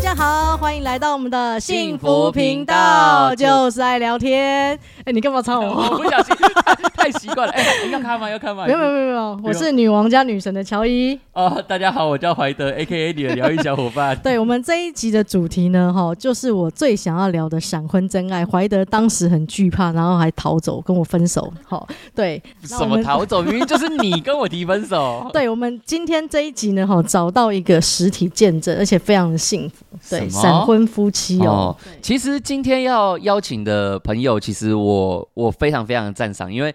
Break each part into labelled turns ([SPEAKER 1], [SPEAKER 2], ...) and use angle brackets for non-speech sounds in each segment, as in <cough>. [SPEAKER 1] 家好，欢迎来到我们的幸
[SPEAKER 2] 幸
[SPEAKER 1] 福
[SPEAKER 2] 福
[SPEAKER 1] 频
[SPEAKER 2] 频
[SPEAKER 1] 道，
[SPEAKER 2] 道
[SPEAKER 1] 就是爱聊天。哎、你干嘛
[SPEAKER 2] <laughs>
[SPEAKER 1] 插我？
[SPEAKER 2] 我不小心太太习惯了。哎、要看吗？要看吗？
[SPEAKER 1] 没有没有没有没有，我是女王加女神的乔伊。。
[SPEAKER 2] 哦，大家好，我叫怀德，A K A 你的疗愈小伙伴
[SPEAKER 1] 对我们这一集的主题呢，哈，就是我最想要聊的闪婚真爱。怀德当时很惧怕，然后还逃走，跟我分手。好， <laughs> 对，那
[SPEAKER 2] 什
[SPEAKER 1] 我们
[SPEAKER 2] 么逃走？明明就是你跟我提分手。
[SPEAKER 1] <laughs> 对我们今天这一集呢，哈，找到一个实体见证，而且非常的幸福。对，
[SPEAKER 2] 什么
[SPEAKER 1] 闪婚夫妻哦，
[SPEAKER 2] 哦，其实今天要邀请的朋友，其实我我非常非常赞赏，因为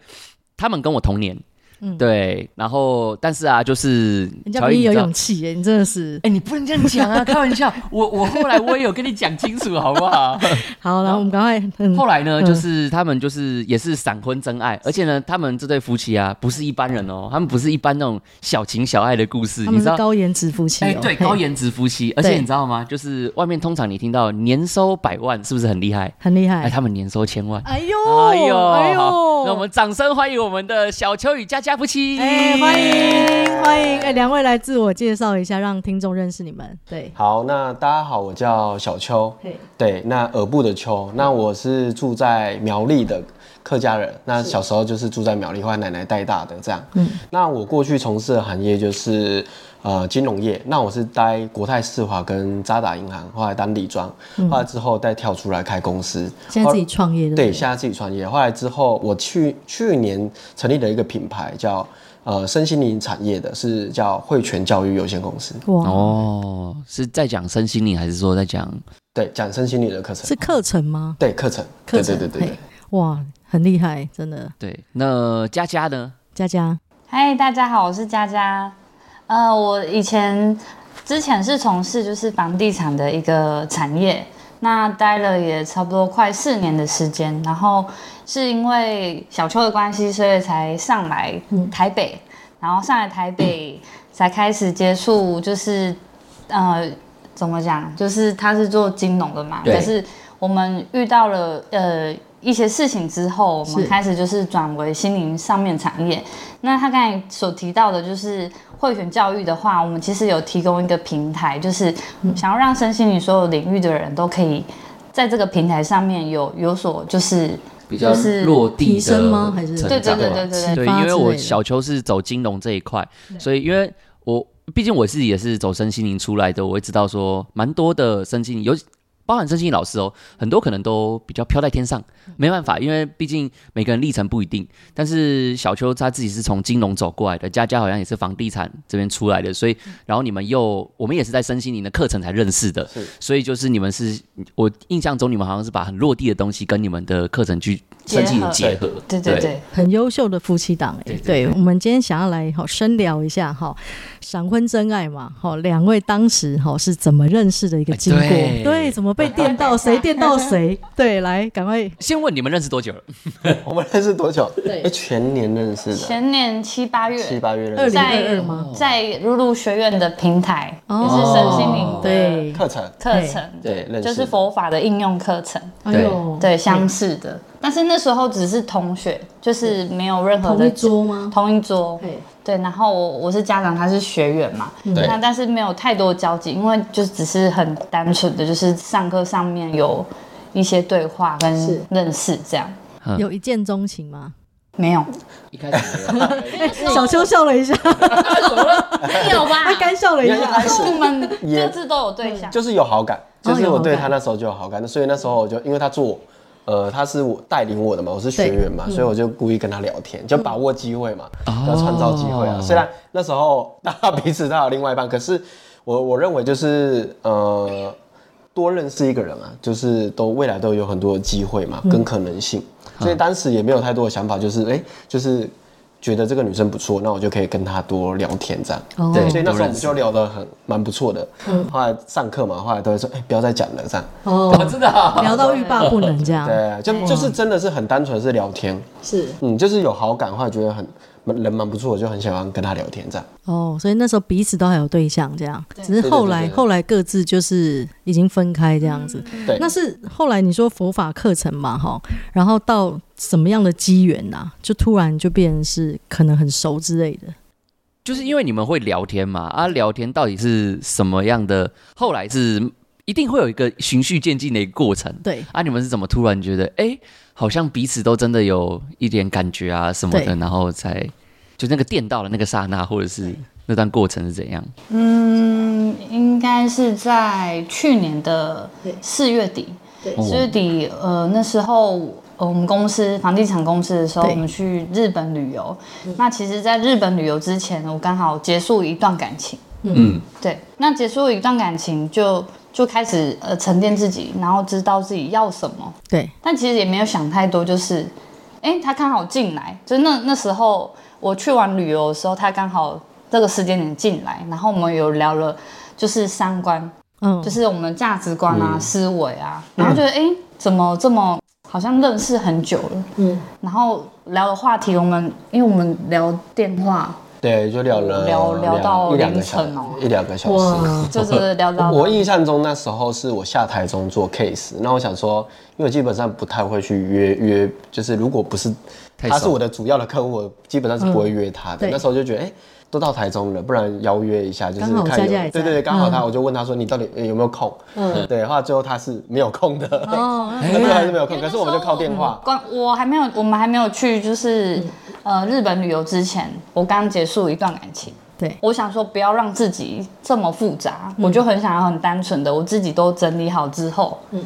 [SPEAKER 2] 他们跟我同年，
[SPEAKER 1] 嗯
[SPEAKER 2] 对，然后但是啊，就是
[SPEAKER 1] 人家
[SPEAKER 2] 乔
[SPEAKER 1] 比
[SPEAKER 2] 伊
[SPEAKER 1] 你有
[SPEAKER 2] 知道
[SPEAKER 1] 勇气耶，你真的是
[SPEAKER 2] 哎、你不能这样讲啊！开玩笑，我我后来我也有跟你讲清楚，好不好？
[SPEAKER 1] 好。然后我们赶快，嗯，
[SPEAKER 2] 后来呢，
[SPEAKER 1] 嗯
[SPEAKER 2] 就是他们就是也是闪婚真爱，而且呢，他们这对夫妻啊，不是一般人哦，他们不是一般那种小情小爱的故事，
[SPEAKER 1] 他们
[SPEAKER 2] 你知
[SPEAKER 1] 是
[SPEAKER 2] 道？
[SPEAKER 1] 高颜值夫妻
[SPEAKER 2] 哎、
[SPEAKER 1] 哦，
[SPEAKER 2] 对，
[SPEAKER 1] 嘿
[SPEAKER 2] 高颜值夫妻，而且
[SPEAKER 1] 对
[SPEAKER 2] 你知道吗？就是外面通常你听到年收百万，是不是很厉害？
[SPEAKER 1] <laughs> 很厉害
[SPEAKER 2] 哎，。他们年收千万。
[SPEAKER 1] 哎呦，
[SPEAKER 2] 哎呦，好，那我们掌声欢迎我们的小秋与佳佳夫妻，
[SPEAKER 1] 哎，欢迎欢迎，哎，两位来自我介绍一下，让听众认识你们。对，
[SPEAKER 3] 好，那大家好，我叫小邱，
[SPEAKER 1] 嘿，
[SPEAKER 3] 对，那耳部的邱，那我是住在苗栗的客家人，那小时候就是住在苗栗，后来奶奶带大的这样。
[SPEAKER 1] 嗯
[SPEAKER 3] 那我过去从事的行业就是呃金融业，那我是待国泰世华跟渣打银行，后来当理专，
[SPEAKER 1] 嗯
[SPEAKER 3] 后来之后再跳出来开公司，
[SPEAKER 1] 现在自己创业
[SPEAKER 3] 对，
[SPEAKER 1] 对不
[SPEAKER 3] 现在自己创业。后来之后，我去去年成立了一个品牌叫呃身心灵产业的，是叫汇泉教育有限公司，
[SPEAKER 1] 对，哇，
[SPEAKER 2] 哦，是在讲身心灵，还是说在讲
[SPEAKER 3] 对，讲身心灵的课程。
[SPEAKER 1] 是课程吗？
[SPEAKER 3] 对课程，
[SPEAKER 1] 课程，
[SPEAKER 3] 对对对对
[SPEAKER 1] 嘿，哇，很厉害，真的，
[SPEAKER 2] 对？那佳佳呢？
[SPEAKER 1] 佳佳，
[SPEAKER 4] 嗨，大家好，我是佳佳。呃，我以前之前是从事就是房地产的一个产业，那待了也差不多快四年的时间，然后是因为小邱的关系，所以才上来台北，然后上来台北才开始接触，就是呃，怎么讲，就是他是做金融的嘛，
[SPEAKER 2] 对
[SPEAKER 4] 可是我们遇到了呃。一些事情之后，我
[SPEAKER 1] 是
[SPEAKER 4] 们开始就是转为心灵上面产业，那他刚才所提到的，就是会选教育的话，我们其实有提供一个平台，就是想要让身心灵所有领域的人都可以在这个平台上面有有所就是
[SPEAKER 2] 比较
[SPEAKER 4] 就是
[SPEAKER 2] 落地的
[SPEAKER 1] 提升吗还是
[SPEAKER 2] 成
[SPEAKER 4] 对对
[SPEAKER 2] 长
[SPEAKER 4] 对对对对
[SPEAKER 1] 启
[SPEAKER 2] 对，
[SPEAKER 1] 发
[SPEAKER 2] 因为
[SPEAKER 1] 之类
[SPEAKER 2] 我
[SPEAKER 1] 的
[SPEAKER 2] 小邱是走金融这一块，所以因为我毕竟我自己也是走身心灵出来的，我会知道说蛮多的身心灵，尤其包含身心灵老师哦，很多可能都比较飘在天上，没办法，因为毕竟每个人历程不一定。但是小邱他自己是从金融走过来的，佳佳好像也是房地产这边出来的，所以然后你们又我们也是在身心灵的课程才认识的
[SPEAKER 3] 是，
[SPEAKER 2] 所以就是你们是我印象中你们好像是把很落地的东西跟你们的课程去身心灵结
[SPEAKER 3] 结
[SPEAKER 2] 合，
[SPEAKER 4] 对对对。
[SPEAKER 1] 很优秀的夫妻档、哎，
[SPEAKER 2] 对对
[SPEAKER 1] 对我们今天想要来好深聊一下哈，闪婚真爱嘛，好，两位当时哈是怎么认识的一个经过，
[SPEAKER 2] 哎对
[SPEAKER 1] 怎么被电到谁电到
[SPEAKER 2] <laughs>
[SPEAKER 1] 谁，对，来赶快，
[SPEAKER 2] 先问你们认识多久了？
[SPEAKER 3] <laughs> 我们认识多久？
[SPEAKER 1] 对
[SPEAKER 3] 诶全年认识的，
[SPEAKER 4] 前年七八
[SPEAKER 3] 七
[SPEAKER 4] 月
[SPEAKER 3] 八月
[SPEAKER 1] 二
[SPEAKER 3] 认识
[SPEAKER 1] 零
[SPEAKER 4] 在
[SPEAKER 1] 二二吗？
[SPEAKER 4] 在露露学院的平台，也是身心灵的
[SPEAKER 1] 哦对，
[SPEAKER 3] 课程，
[SPEAKER 4] 课程，
[SPEAKER 3] 对，认识
[SPEAKER 4] 就是佛法的应用课程，
[SPEAKER 1] 哎呦，
[SPEAKER 4] 对相似的。但是那时候只是同学，就是没有任何
[SPEAKER 1] 同
[SPEAKER 4] 的
[SPEAKER 1] 一桌吗？
[SPEAKER 4] 同一桌，
[SPEAKER 1] 对，
[SPEAKER 4] 对，然后我我是家长，他是学员嘛，
[SPEAKER 3] 对
[SPEAKER 4] 那但是没有太多交集，因为就只是很单纯的，就是上课上面有一些对话
[SPEAKER 1] 是
[SPEAKER 4] 跟认识这样，
[SPEAKER 2] 嗯
[SPEAKER 1] 有一见钟情吗？<laughs>
[SPEAKER 4] 没有，
[SPEAKER 2] <laughs> 一开始 <laughs> 没有，
[SPEAKER 1] 哎、小秋笑了一下，
[SPEAKER 4] 没有 <laughs> 吧
[SPEAKER 1] 他干笑了一
[SPEAKER 3] 原
[SPEAKER 1] 下
[SPEAKER 3] 来，
[SPEAKER 4] 我们
[SPEAKER 3] 也
[SPEAKER 4] 各自都有对
[SPEAKER 1] 嗯
[SPEAKER 4] 象，
[SPEAKER 3] 就是有好感，
[SPEAKER 1] 哦
[SPEAKER 3] 就是
[SPEAKER 1] 有好
[SPEAKER 3] 我
[SPEAKER 1] 感
[SPEAKER 3] 对他那时候就有好感，所以那时候我就因为他做。呃，他是我带领我的嘛，我是学员嘛，
[SPEAKER 1] 嗯
[SPEAKER 3] 所以我就故意跟他聊天，就把握机会嘛，要创造机会啊。
[SPEAKER 1] 哦
[SPEAKER 3] 虽然那时候大家彼此都有另外一半，可是我我认为就是呃，多认识一个人啊，就是都未来都有很多的机会
[SPEAKER 1] 嗯
[SPEAKER 3] 嘛，跟可能性。所以当时也没有太多的想法，就是哎、就是觉得这个女生不错，那我就可以跟她多聊天这样。
[SPEAKER 1] 哦
[SPEAKER 2] 对
[SPEAKER 3] 所以那时候我们就聊得很蛮不错的。
[SPEAKER 4] 嗯
[SPEAKER 3] 后来上课嘛，后来都会说哎、不要再讲了这样。
[SPEAKER 1] 哦，
[SPEAKER 2] 真的啊、
[SPEAKER 1] 聊到欲罢不能
[SPEAKER 4] 啊
[SPEAKER 1] 这样，
[SPEAKER 3] 对，就就是真的是很单纯是聊天，
[SPEAKER 1] 是
[SPEAKER 3] 嗯，就是有好感，后来觉得很嗯人蛮不错，我就很喜欢跟她聊天这样。
[SPEAKER 1] 哦，所以那时候彼此都还有对象，这样，只是后来
[SPEAKER 3] 对对对对对
[SPEAKER 1] 后来各自就是已经分开这样子。
[SPEAKER 4] 嗯
[SPEAKER 3] 对，
[SPEAKER 1] 那是后来你说佛法课程嘛，哈，然后到什么样的机缘呐、就突然就变成是可能很熟之类的。
[SPEAKER 2] 就是因为你们会聊天嘛，啊，聊天到底是什么样的？后来是一定会有一个循序渐进的一个过程。
[SPEAKER 1] 对
[SPEAKER 2] 啊，你们是怎么突然觉得，哎、好像彼此都真的有一点感觉啊什么的，
[SPEAKER 1] 对
[SPEAKER 2] 然后才就那个电到了那个刹那，或者是那段过程是怎样？
[SPEAKER 4] 嗯，应该是在去年的四月底，四月底，呃，那时候呃我们公司房地产公司的时候，
[SPEAKER 1] 对
[SPEAKER 4] 我们去日本旅游。那其实，在日本旅游之前，我刚好结束一段感情。
[SPEAKER 2] 嗯，
[SPEAKER 4] 对，那结束一段感情就就开始呃沉淀自己，然后知道自己要什么。
[SPEAKER 1] 对
[SPEAKER 4] 但其实也没有想太多，就是，哎，他刚好进来，就那那时候我去完旅游的时候，他刚好这个时间点进来，然后我们有聊了，就是三观，
[SPEAKER 1] 嗯，
[SPEAKER 4] 就。是我们价值观啊、思维啊，然后觉得哎、诶怎么这么好像认识很久了，
[SPEAKER 1] 嗯，
[SPEAKER 4] 然后聊的话题，我们因为我们聊电话，
[SPEAKER 3] 对，就聊了
[SPEAKER 4] 聊聊到
[SPEAKER 3] 一两个
[SPEAKER 4] 凌
[SPEAKER 3] 小
[SPEAKER 4] 晨哦
[SPEAKER 3] 一两个小时。
[SPEAKER 4] 就是聊
[SPEAKER 3] <laughs>
[SPEAKER 4] 到
[SPEAKER 3] 我印象中那时候是我下台中做 case，那我想说，因为我基本上不太会去约约，就是如果不是
[SPEAKER 2] 太
[SPEAKER 3] 他是
[SPEAKER 2] 熟
[SPEAKER 3] 我的主要的客户，我基本上是不会约他的。
[SPEAKER 1] 对
[SPEAKER 3] 那时候就觉得，哎、都到台中了，不然邀约一下，就是
[SPEAKER 1] 刚好
[SPEAKER 3] 看
[SPEAKER 1] 佳
[SPEAKER 3] 有
[SPEAKER 1] 佳也
[SPEAKER 3] 对
[SPEAKER 1] 在
[SPEAKER 3] 对对，刚好他，
[SPEAKER 1] 嗯
[SPEAKER 3] 我就问他说你到底、呃有没有空？
[SPEAKER 1] 嗯
[SPEAKER 3] 嗯，对，后来最后他是没有空的， <laughs>
[SPEAKER 1] 哦，那
[SPEAKER 3] 他最后还是没有空，可是我们就靠电话。
[SPEAKER 4] 嗯关我还没有，我们还没有去，就是、呃日本旅游之前，我刚结束一段感情。
[SPEAKER 1] 对
[SPEAKER 4] 我想说不要让自己这么复杂，我就很想要很单纯的，我自己都整理好之后，嗯，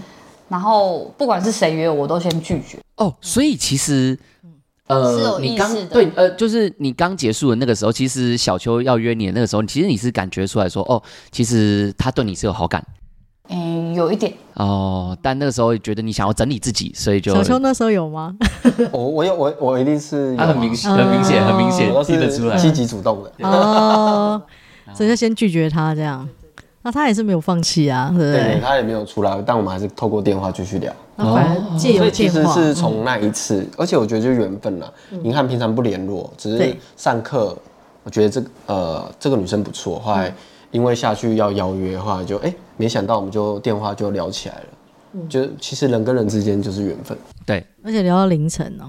[SPEAKER 4] 然后不管是谁约我，我都先拒绝。
[SPEAKER 2] 哦，所以其实。
[SPEAKER 4] 是有
[SPEAKER 2] 呃，
[SPEAKER 4] 意识
[SPEAKER 2] 你刚
[SPEAKER 4] 的
[SPEAKER 2] 对呃，就是你刚结束的那个时候，其实小秋要约你的那个时候，其实你是感觉出来说，哦，其实他对你是有好感
[SPEAKER 4] 嗯，有一点，
[SPEAKER 2] 哦，但那个时候觉得你想要整理自己，所以就
[SPEAKER 1] 小秋那时候有吗？
[SPEAKER 3] 哦我我有我我一定是有
[SPEAKER 2] 他
[SPEAKER 3] 啊
[SPEAKER 2] 很明显，很明显，
[SPEAKER 1] 哦
[SPEAKER 2] 很明
[SPEAKER 3] 我
[SPEAKER 2] 显，
[SPEAKER 3] 都
[SPEAKER 2] 听得出
[SPEAKER 3] 是
[SPEAKER 2] 来。嗯
[SPEAKER 3] 积极主动的。
[SPEAKER 1] 哦，所以就先拒绝他这样。那他也是没有放弃啊，对不
[SPEAKER 3] 对对，
[SPEAKER 1] 对？
[SPEAKER 3] 他也没有出来，但我们还是透过电话继续聊。
[SPEAKER 1] 那反而借
[SPEAKER 3] 哦所
[SPEAKER 1] 由
[SPEAKER 3] 以其
[SPEAKER 1] 电
[SPEAKER 3] 实
[SPEAKER 1] 话，
[SPEAKER 3] 是从那一次，而且我觉得就缘分啦。你看平常不联络，只是
[SPEAKER 1] 嗯对
[SPEAKER 3] 上课，我觉得这个呃这个女生不错，后来因为下去要邀约，后来就哎、没想到我们就电话就聊起来了。
[SPEAKER 1] 嗯
[SPEAKER 3] 就其实人跟人之间就是缘分。
[SPEAKER 2] 对，
[SPEAKER 1] 而且聊到凌晨哦。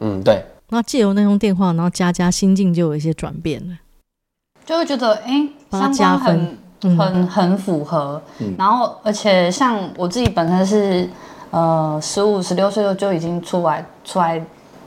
[SPEAKER 3] 嗯，对，
[SPEAKER 1] 那借由那通电话，然后佳佳心境就有一些转变了。
[SPEAKER 4] 就会觉得哎，
[SPEAKER 1] 帮他
[SPEAKER 4] 三
[SPEAKER 1] 加
[SPEAKER 4] 观
[SPEAKER 1] 分嗯
[SPEAKER 4] 很很很符合。然后，而且像我自己本身是呃十五十六岁就就已经出来出来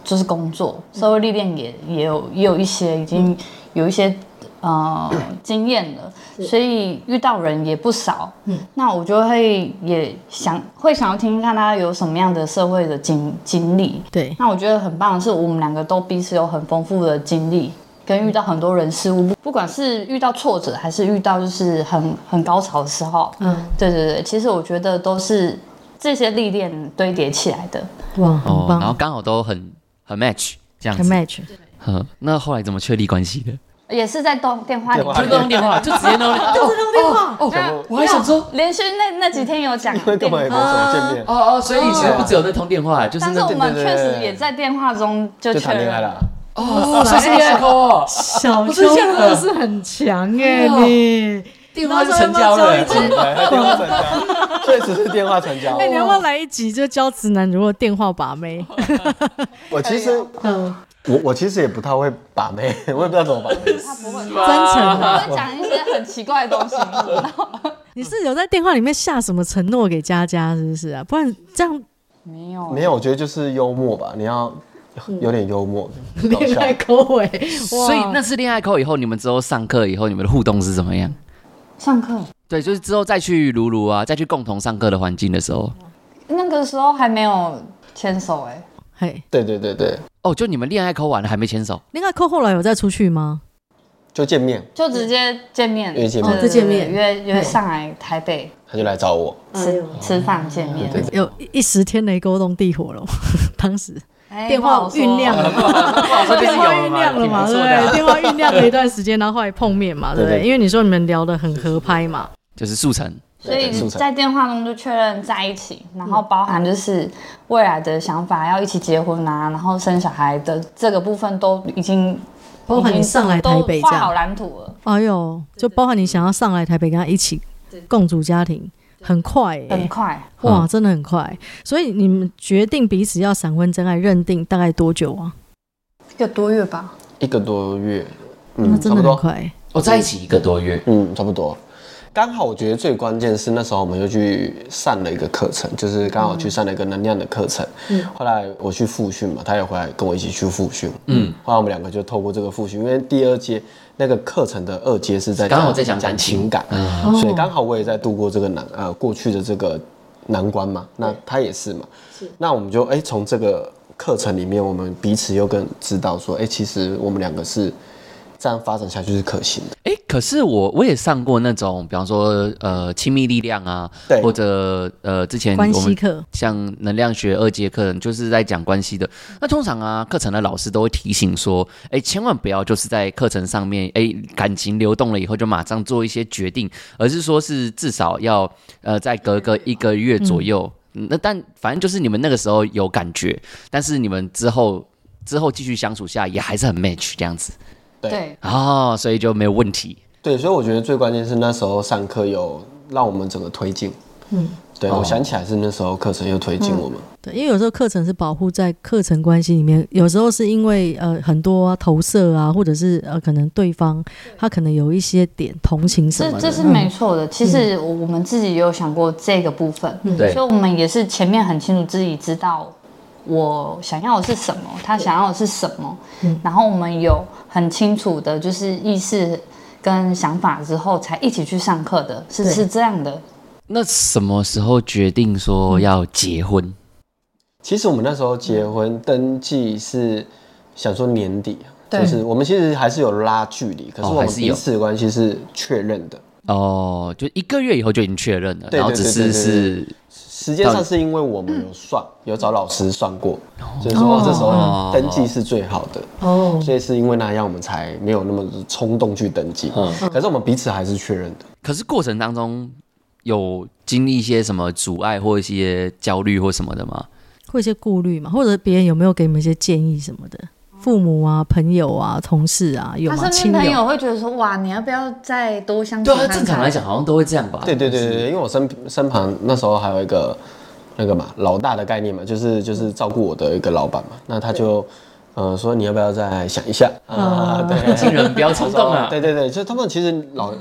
[SPEAKER 4] 就是工作，
[SPEAKER 1] 嗯
[SPEAKER 4] 社会历练也也有也有一些已经有一些
[SPEAKER 1] <coughs>
[SPEAKER 4] 呃经验了，所以遇到人也不少。
[SPEAKER 1] 嗯
[SPEAKER 4] 那我就会也想会想要听听看他有什么样的社会的经经历。
[SPEAKER 1] 对，
[SPEAKER 4] 那我觉得很棒的是，我们两个都彼此有很丰富的经历，跟遇到很多人事物，不管是遇到挫折，还是遇到就是很很高潮的时候，
[SPEAKER 1] 嗯，
[SPEAKER 4] 对对对，其实我觉得都是这些历练堆叠起来的。
[SPEAKER 1] 哇，很
[SPEAKER 2] 哦，然后
[SPEAKER 1] 棒，
[SPEAKER 2] 刚好都很很 match 这样
[SPEAKER 1] 很
[SPEAKER 2] 子。
[SPEAKER 1] match。
[SPEAKER 2] 嗯，那后来怎么确立关系的？ <laughs> 哦
[SPEAKER 4] 也是在动电话里
[SPEAKER 3] 电话
[SPEAKER 4] 面
[SPEAKER 3] 里面
[SPEAKER 2] 电话，就直接弄电话。
[SPEAKER 1] 这通电话，
[SPEAKER 2] 哦
[SPEAKER 4] 没有
[SPEAKER 2] 我还想说，
[SPEAKER 4] 连续那那几天有讲
[SPEAKER 3] 因为根
[SPEAKER 4] 电
[SPEAKER 3] 本也
[SPEAKER 4] 话，
[SPEAKER 3] 没有怎么见面，
[SPEAKER 2] 哦哦，所以其实不只有那通电话，就是
[SPEAKER 4] 但是
[SPEAKER 2] 那
[SPEAKER 4] 我们
[SPEAKER 3] 对对
[SPEAKER 4] 确
[SPEAKER 3] 对对
[SPEAKER 4] 实也在电话中就
[SPEAKER 3] 就
[SPEAKER 4] 确
[SPEAKER 3] 谈恋爱
[SPEAKER 4] 认。
[SPEAKER 3] 啦。
[SPEAKER 2] 哦，所以是
[SPEAKER 4] 啊
[SPEAKER 2] 恋爱 call，哦
[SPEAKER 1] 小秋真的是很强哎，
[SPEAKER 2] 哇
[SPEAKER 1] 你
[SPEAKER 2] 电话是成交
[SPEAKER 1] 然后
[SPEAKER 2] 的
[SPEAKER 1] 说。
[SPEAKER 3] 对，电话成交，确实是电话哦成交
[SPEAKER 1] 哎，。你要不要来一集就教直男如何电话把 <laughs> 妹？
[SPEAKER 3] 我其实
[SPEAKER 1] 嗯，
[SPEAKER 3] 我我其实也不太会把妹，我也不知道怎么把妹。
[SPEAKER 4] 他不会，
[SPEAKER 1] 真诚哦
[SPEAKER 4] 他
[SPEAKER 1] 的。
[SPEAKER 4] 会讲一些很奇怪的东西，然后
[SPEAKER 1] 你是有在电话里面下什么承诺给佳佳，是不是啊？不然这样
[SPEAKER 4] 没
[SPEAKER 1] 哦
[SPEAKER 4] 有
[SPEAKER 3] 没有，我觉得就是幽默吧，你要有点幽默，搞
[SPEAKER 1] 嗯 <laughs> 恋
[SPEAKER 3] 笑。
[SPEAKER 1] 爱勾尾，
[SPEAKER 2] 所以那次恋爱 call 以后，你们之后上课以后，你们的互动是怎么样？
[SPEAKER 4] 上课。
[SPEAKER 2] 对，就是之后再去卢卢啊，再去共同上课的环境的时候，
[SPEAKER 4] 那个时候还没有牵手哎、
[SPEAKER 1] 嘿，
[SPEAKER 3] 对对对对，
[SPEAKER 2] 哦，就你们恋爱 call 完了还没牵手，
[SPEAKER 1] 恋爱扣后来有再出去吗？
[SPEAKER 3] 就见面，
[SPEAKER 4] 就直接见面，
[SPEAKER 3] 约见面
[SPEAKER 4] 对
[SPEAKER 1] 嗯哦再见面哎
[SPEAKER 4] 约约
[SPEAKER 1] 对
[SPEAKER 4] 上来台北
[SPEAKER 3] 他就来找我。
[SPEAKER 4] 吃吃饭见面，
[SPEAKER 3] 嗯对对
[SPEAKER 1] 有一一时天雷勾动地火了， <laughs> 当时
[SPEAKER 4] 哎
[SPEAKER 1] 电话酝酿，了嘛，电话酝酿了嘛，对不对？ <laughs> 电话酝酿了一段时间，然后后来碰面嘛，对不
[SPEAKER 3] 对
[SPEAKER 1] 对？
[SPEAKER 3] 对
[SPEAKER 1] 因为你说你们聊得很合拍嘛，
[SPEAKER 2] 就是速成。
[SPEAKER 4] 不好说所
[SPEAKER 3] 对
[SPEAKER 4] 以
[SPEAKER 3] 速成
[SPEAKER 4] 在电话中就确认在一起，然后包含
[SPEAKER 3] 嗯
[SPEAKER 4] 就是未来的想法，要一起结婚啊，然后生小孩的这个部分都已经
[SPEAKER 1] 包含你
[SPEAKER 4] 已经
[SPEAKER 1] 上来台北
[SPEAKER 4] 都
[SPEAKER 1] 这
[SPEAKER 4] 画好
[SPEAKER 1] 样，
[SPEAKER 4] 蓝图了，
[SPEAKER 1] 哎呦，就包含你想要上来台北跟他一起共组家庭，很快欸
[SPEAKER 4] 很快。
[SPEAKER 1] 哇，真的很快。所以你们决定彼此要闪婚真爱，认定大概多久啊？
[SPEAKER 4] 一个多月吧，
[SPEAKER 3] 一个多月，
[SPEAKER 1] 那
[SPEAKER 3] 嗯，
[SPEAKER 1] 真的
[SPEAKER 3] 差不
[SPEAKER 1] 很
[SPEAKER 3] 多，
[SPEAKER 1] 快欸。
[SPEAKER 2] 哦我在一起一个多月，
[SPEAKER 3] 嗯，差不多。刚好我觉得最关键是那时候我们就去上了一个课程，就是刚好去上了一个能量的课程。嗯，后来我去复训嘛，他也回来跟我一起去复训。嗯，后来我们两个就透过这个复训，因为第二阶那个课程的二阶是在
[SPEAKER 2] 刚好在讲
[SPEAKER 3] 讲
[SPEAKER 2] 感情
[SPEAKER 3] 情感，所以刚好我也在度过这个难呃过去的这个难关嘛，那他也是嘛，那我们就哎从、这个课程里面，我们彼此又更知道说，哎、其实我们两个是这样发展下去是可行的。
[SPEAKER 2] 哎、可是我我也上过那种，比方说呃亲密力量啊，
[SPEAKER 3] 对
[SPEAKER 2] 或者呃之前
[SPEAKER 1] 欸关
[SPEAKER 2] 我
[SPEAKER 1] 系
[SPEAKER 2] 们
[SPEAKER 1] 课，
[SPEAKER 2] 像能量学二阶课程，就是在讲关系的。那通常啊，课程的老师都会提醒说，哎，千万不要就是在课程上面，哎，感情流动了以后就马上做一些决定，而是说是至少要呃再隔个一个月左右。嗯那但反正就是你们那个时候有感觉，但是你们之后之后继续相处下也还是很 match 这样子
[SPEAKER 3] 对
[SPEAKER 4] 对，
[SPEAKER 2] 哦，所以就没有问题。
[SPEAKER 3] 对，所以我觉得最关键是那时候上课有让我们整个推进。
[SPEAKER 1] 嗯
[SPEAKER 3] 嗯，对，
[SPEAKER 2] 哦
[SPEAKER 3] 我想起来是那时候课程又推进我们。
[SPEAKER 1] 对，因为有时候课程是保护在课程关系里面，有时候是因为呃很多、啊、投射啊，或者是呃可能对方他可能有一些点同情什
[SPEAKER 4] 这
[SPEAKER 1] 么的，
[SPEAKER 4] 这
[SPEAKER 3] 嗯
[SPEAKER 4] 是没错的。其实
[SPEAKER 2] 嗯
[SPEAKER 4] 我我们自己也有想过这个部分，
[SPEAKER 2] 对
[SPEAKER 4] 所以我们也是前面很清楚自己知道我想要的是什么，他想要的是什么，
[SPEAKER 2] 嗯
[SPEAKER 4] 然后我们有很清楚的就是意识跟想法之后才一起去上课的，是
[SPEAKER 1] 对
[SPEAKER 4] 是这样的。
[SPEAKER 2] 那什么时候决定说要结婚？
[SPEAKER 3] 其实我们那时候结婚登记是想说年底啊，
[SPEAKER 4] 对
[SPEAKER 3] 就是我们其实还是有拉距离，可是
[SPEAKER 2] 哦
[SPEAKER 3] 我
[SPEAKER 2] 还
[SPEAKER 3] 们
[SPEAKER 2] 是有
[SPEAKER 3] 彼此的关系是确认的。
[SPEAKER 2] 哦，就一个月以后就已经确认了，
[SPEAKER 3] 对
[SPEAKER 2] 然后只
[SPEAKER 3] 对对
[SPEAKER 2] 是
[SPEAKER 3] 对对
[SPEAKER 2] 是
[SPEAKER 3] 时间上是因为我们有算，有找老师算过，所以说嗯哦这时
[SPEAKER 2] 哦
[SPEAKER 3] 候登记是最好的。
[SPEAKER 1] 哦，
[SPEAKER 3] 所以是因为那样，我们才没有那么冲动去登记。
[SPEAKER 2] 嗯
[SPEAKER 3] 可是我们彼此还是确认的。
[SPEAKER 2] 可是过程当中有经历一些什么阻碍或一些焦虑或什么的吗？
[SPEAKER 1] 会有一些顾虑嘛，或者别人有没有给你们一些建议什么的？父母啊、朋友啊、同事啊，有
[SPEAKER 4] 哦他
[SPEAKER 1] 吗？
[SPEAKER 4] 身
[SPEAKER 1] 亲
[SPEAKER 4] 边朋
[SPEAKER 1] 友
[SPEAKER 4] 友会觉得说，哇，你要不要再多相处
[SPEAKER 2] 对啊，
[SPEAKER 4] 看看？
[SPEAKER 2] 正常来讲好像都会这样吧。
[SPEAKER 3] 对对对
[SPEAKER 2] <laughs>
[SPEAKER 3] 对对，因为我身身旁那时候还有一个那个嘛老大的概念嘛，就是就是照顾我的一个老板嘛，那他就呃说你要不要再想一下啊？ <laughs> 对，
[SPEAKER 2] 竟人不要 <laughs> 冲动啊
[SPEAKER 3] 对对对，就是他们其实老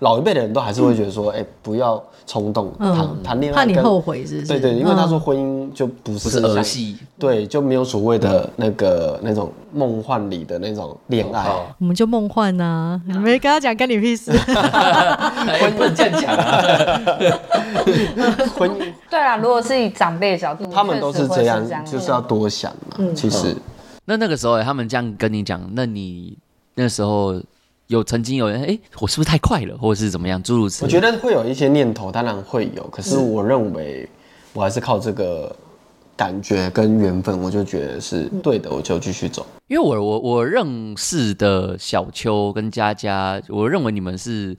[SPEAKER 3] 老一辈的人都还是会觉得说，哎，不要冲动，谈谈恋爱
[SPEAKER 1] 怕你
[SPEAKER 3] 跟
[SPEAKER 1] 后悔是不是？
[SPEAKER 3] 对对，因为他说
[SPEAKER 1] 嗯
[SPEAKER 3] 婚姻就不
[SPEAKER 2] 不
[SPEAKER 3] 是
[SPEAKER 2] 是儿
[SPEAKER 3] 像
[SPEAKER 2] 戏
[SPEAKER 3] 对，就没有所谓的那个那种梦幻里的那种恋爱。
[SPEAKER 2] 哦，
[SPEAKER 1] 嗯我们就梦幻呐、
[SPEAKER 4] 嗯
[SPEAKER 1] 你没跟他讲，干你屁事。
[SPEAKER 3] 嗯
[SPEAKER 2] 哎不能这样讲啊。
[SPEAKER 3] 婚姻
[SPEAKER 4] 对啊，如果是以长辈的角度，
[SPEAKER 3] 他们都
[SPEAKER 4] 确
[SPEAKER 3] 是
[SPEAKER 4] 实会
[SPEAKER 3] 这
[SPEAKER 4] 这
[SPEAKER 3] 样，
[SPEAKER 4] 样
[SPEAKER 3] 就是要多想嘛。其实
[SPEAKER 2] <laughs> 那那个时候他们这样跟你讲，那你那时候有曾经有人哎、我是不是太快了，或者是怎么样，诸如此
[SPEAKER 3] 我
[SPEAKER 2] 类。
[SPEAKER 3] 觉得会有一些念头，当然会有，可是
[SPEAKER 1] 嗯
[SPEAKER 3] 我认为我还是靠这个感觉跟缘分，我就觉得是
[SPEAKER 1] 嗯
[SPEAKER 3] 对的，我就继续走。
[SPEAKER 2] 因为我我我认识的小秋跟佳佳，我认为你们是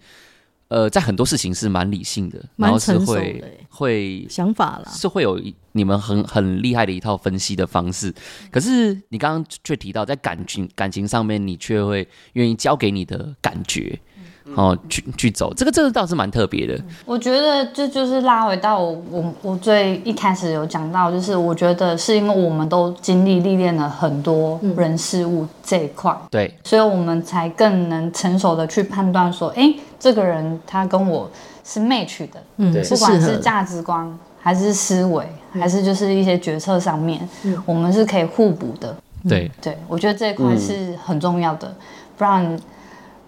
[SPEAKER 2] 呃，在很多事情是蛮理性的，
[SPEAKER 1] 蛮
[SPEAKER 2] 然后是
[SPEAKER 1] 成熟的
[SPEAKER 2] 会
[SPEAKER 1] 欸啊
[SPEAKER 2] 会
[SPEAKER 1] <laughs> 想法啦，
[SPEAKER 2] 是会有一你们很很厉害的一套分析的方式。可是你刚刚却提到，在感情感情上面，你却会愿意交给你的感觉。
[SPEAKER 1] 嗯
[SPEAKER 2] 哦，去去走，这个这个倒是蛮特别的，
[SPEAKER 4] 我觉得这就是拉回到我我我最一开始有讲到，就是我觉得是因为我们都经历历练了很多人事物这一块，
[SPEAKER 2] 对，
[SPEAKER 4] 所以我们才更能成熟的去判断说，哎，这个人他跟我是 match 的，
[SPEAKER 1] 嗯，
[SPEAKER 2] 对
[SPEAKER 1] 是
[SPEAKER 4] 不
[SPEAKER 1] 适
[SPEAKER 4] 管
[SPEAKER 1] 合
[SPEAKER 4] 是
[SPEAKER 1] 的。
[SPEAKER 4] 价值观还是思维，还是就是一些决策上面，我们是可以互补的。
[SPEAKER 1] 嗯
[SPEAKER 2] 对，
[SPEAKER 4] 对，我觉得这一块是很重要的，不然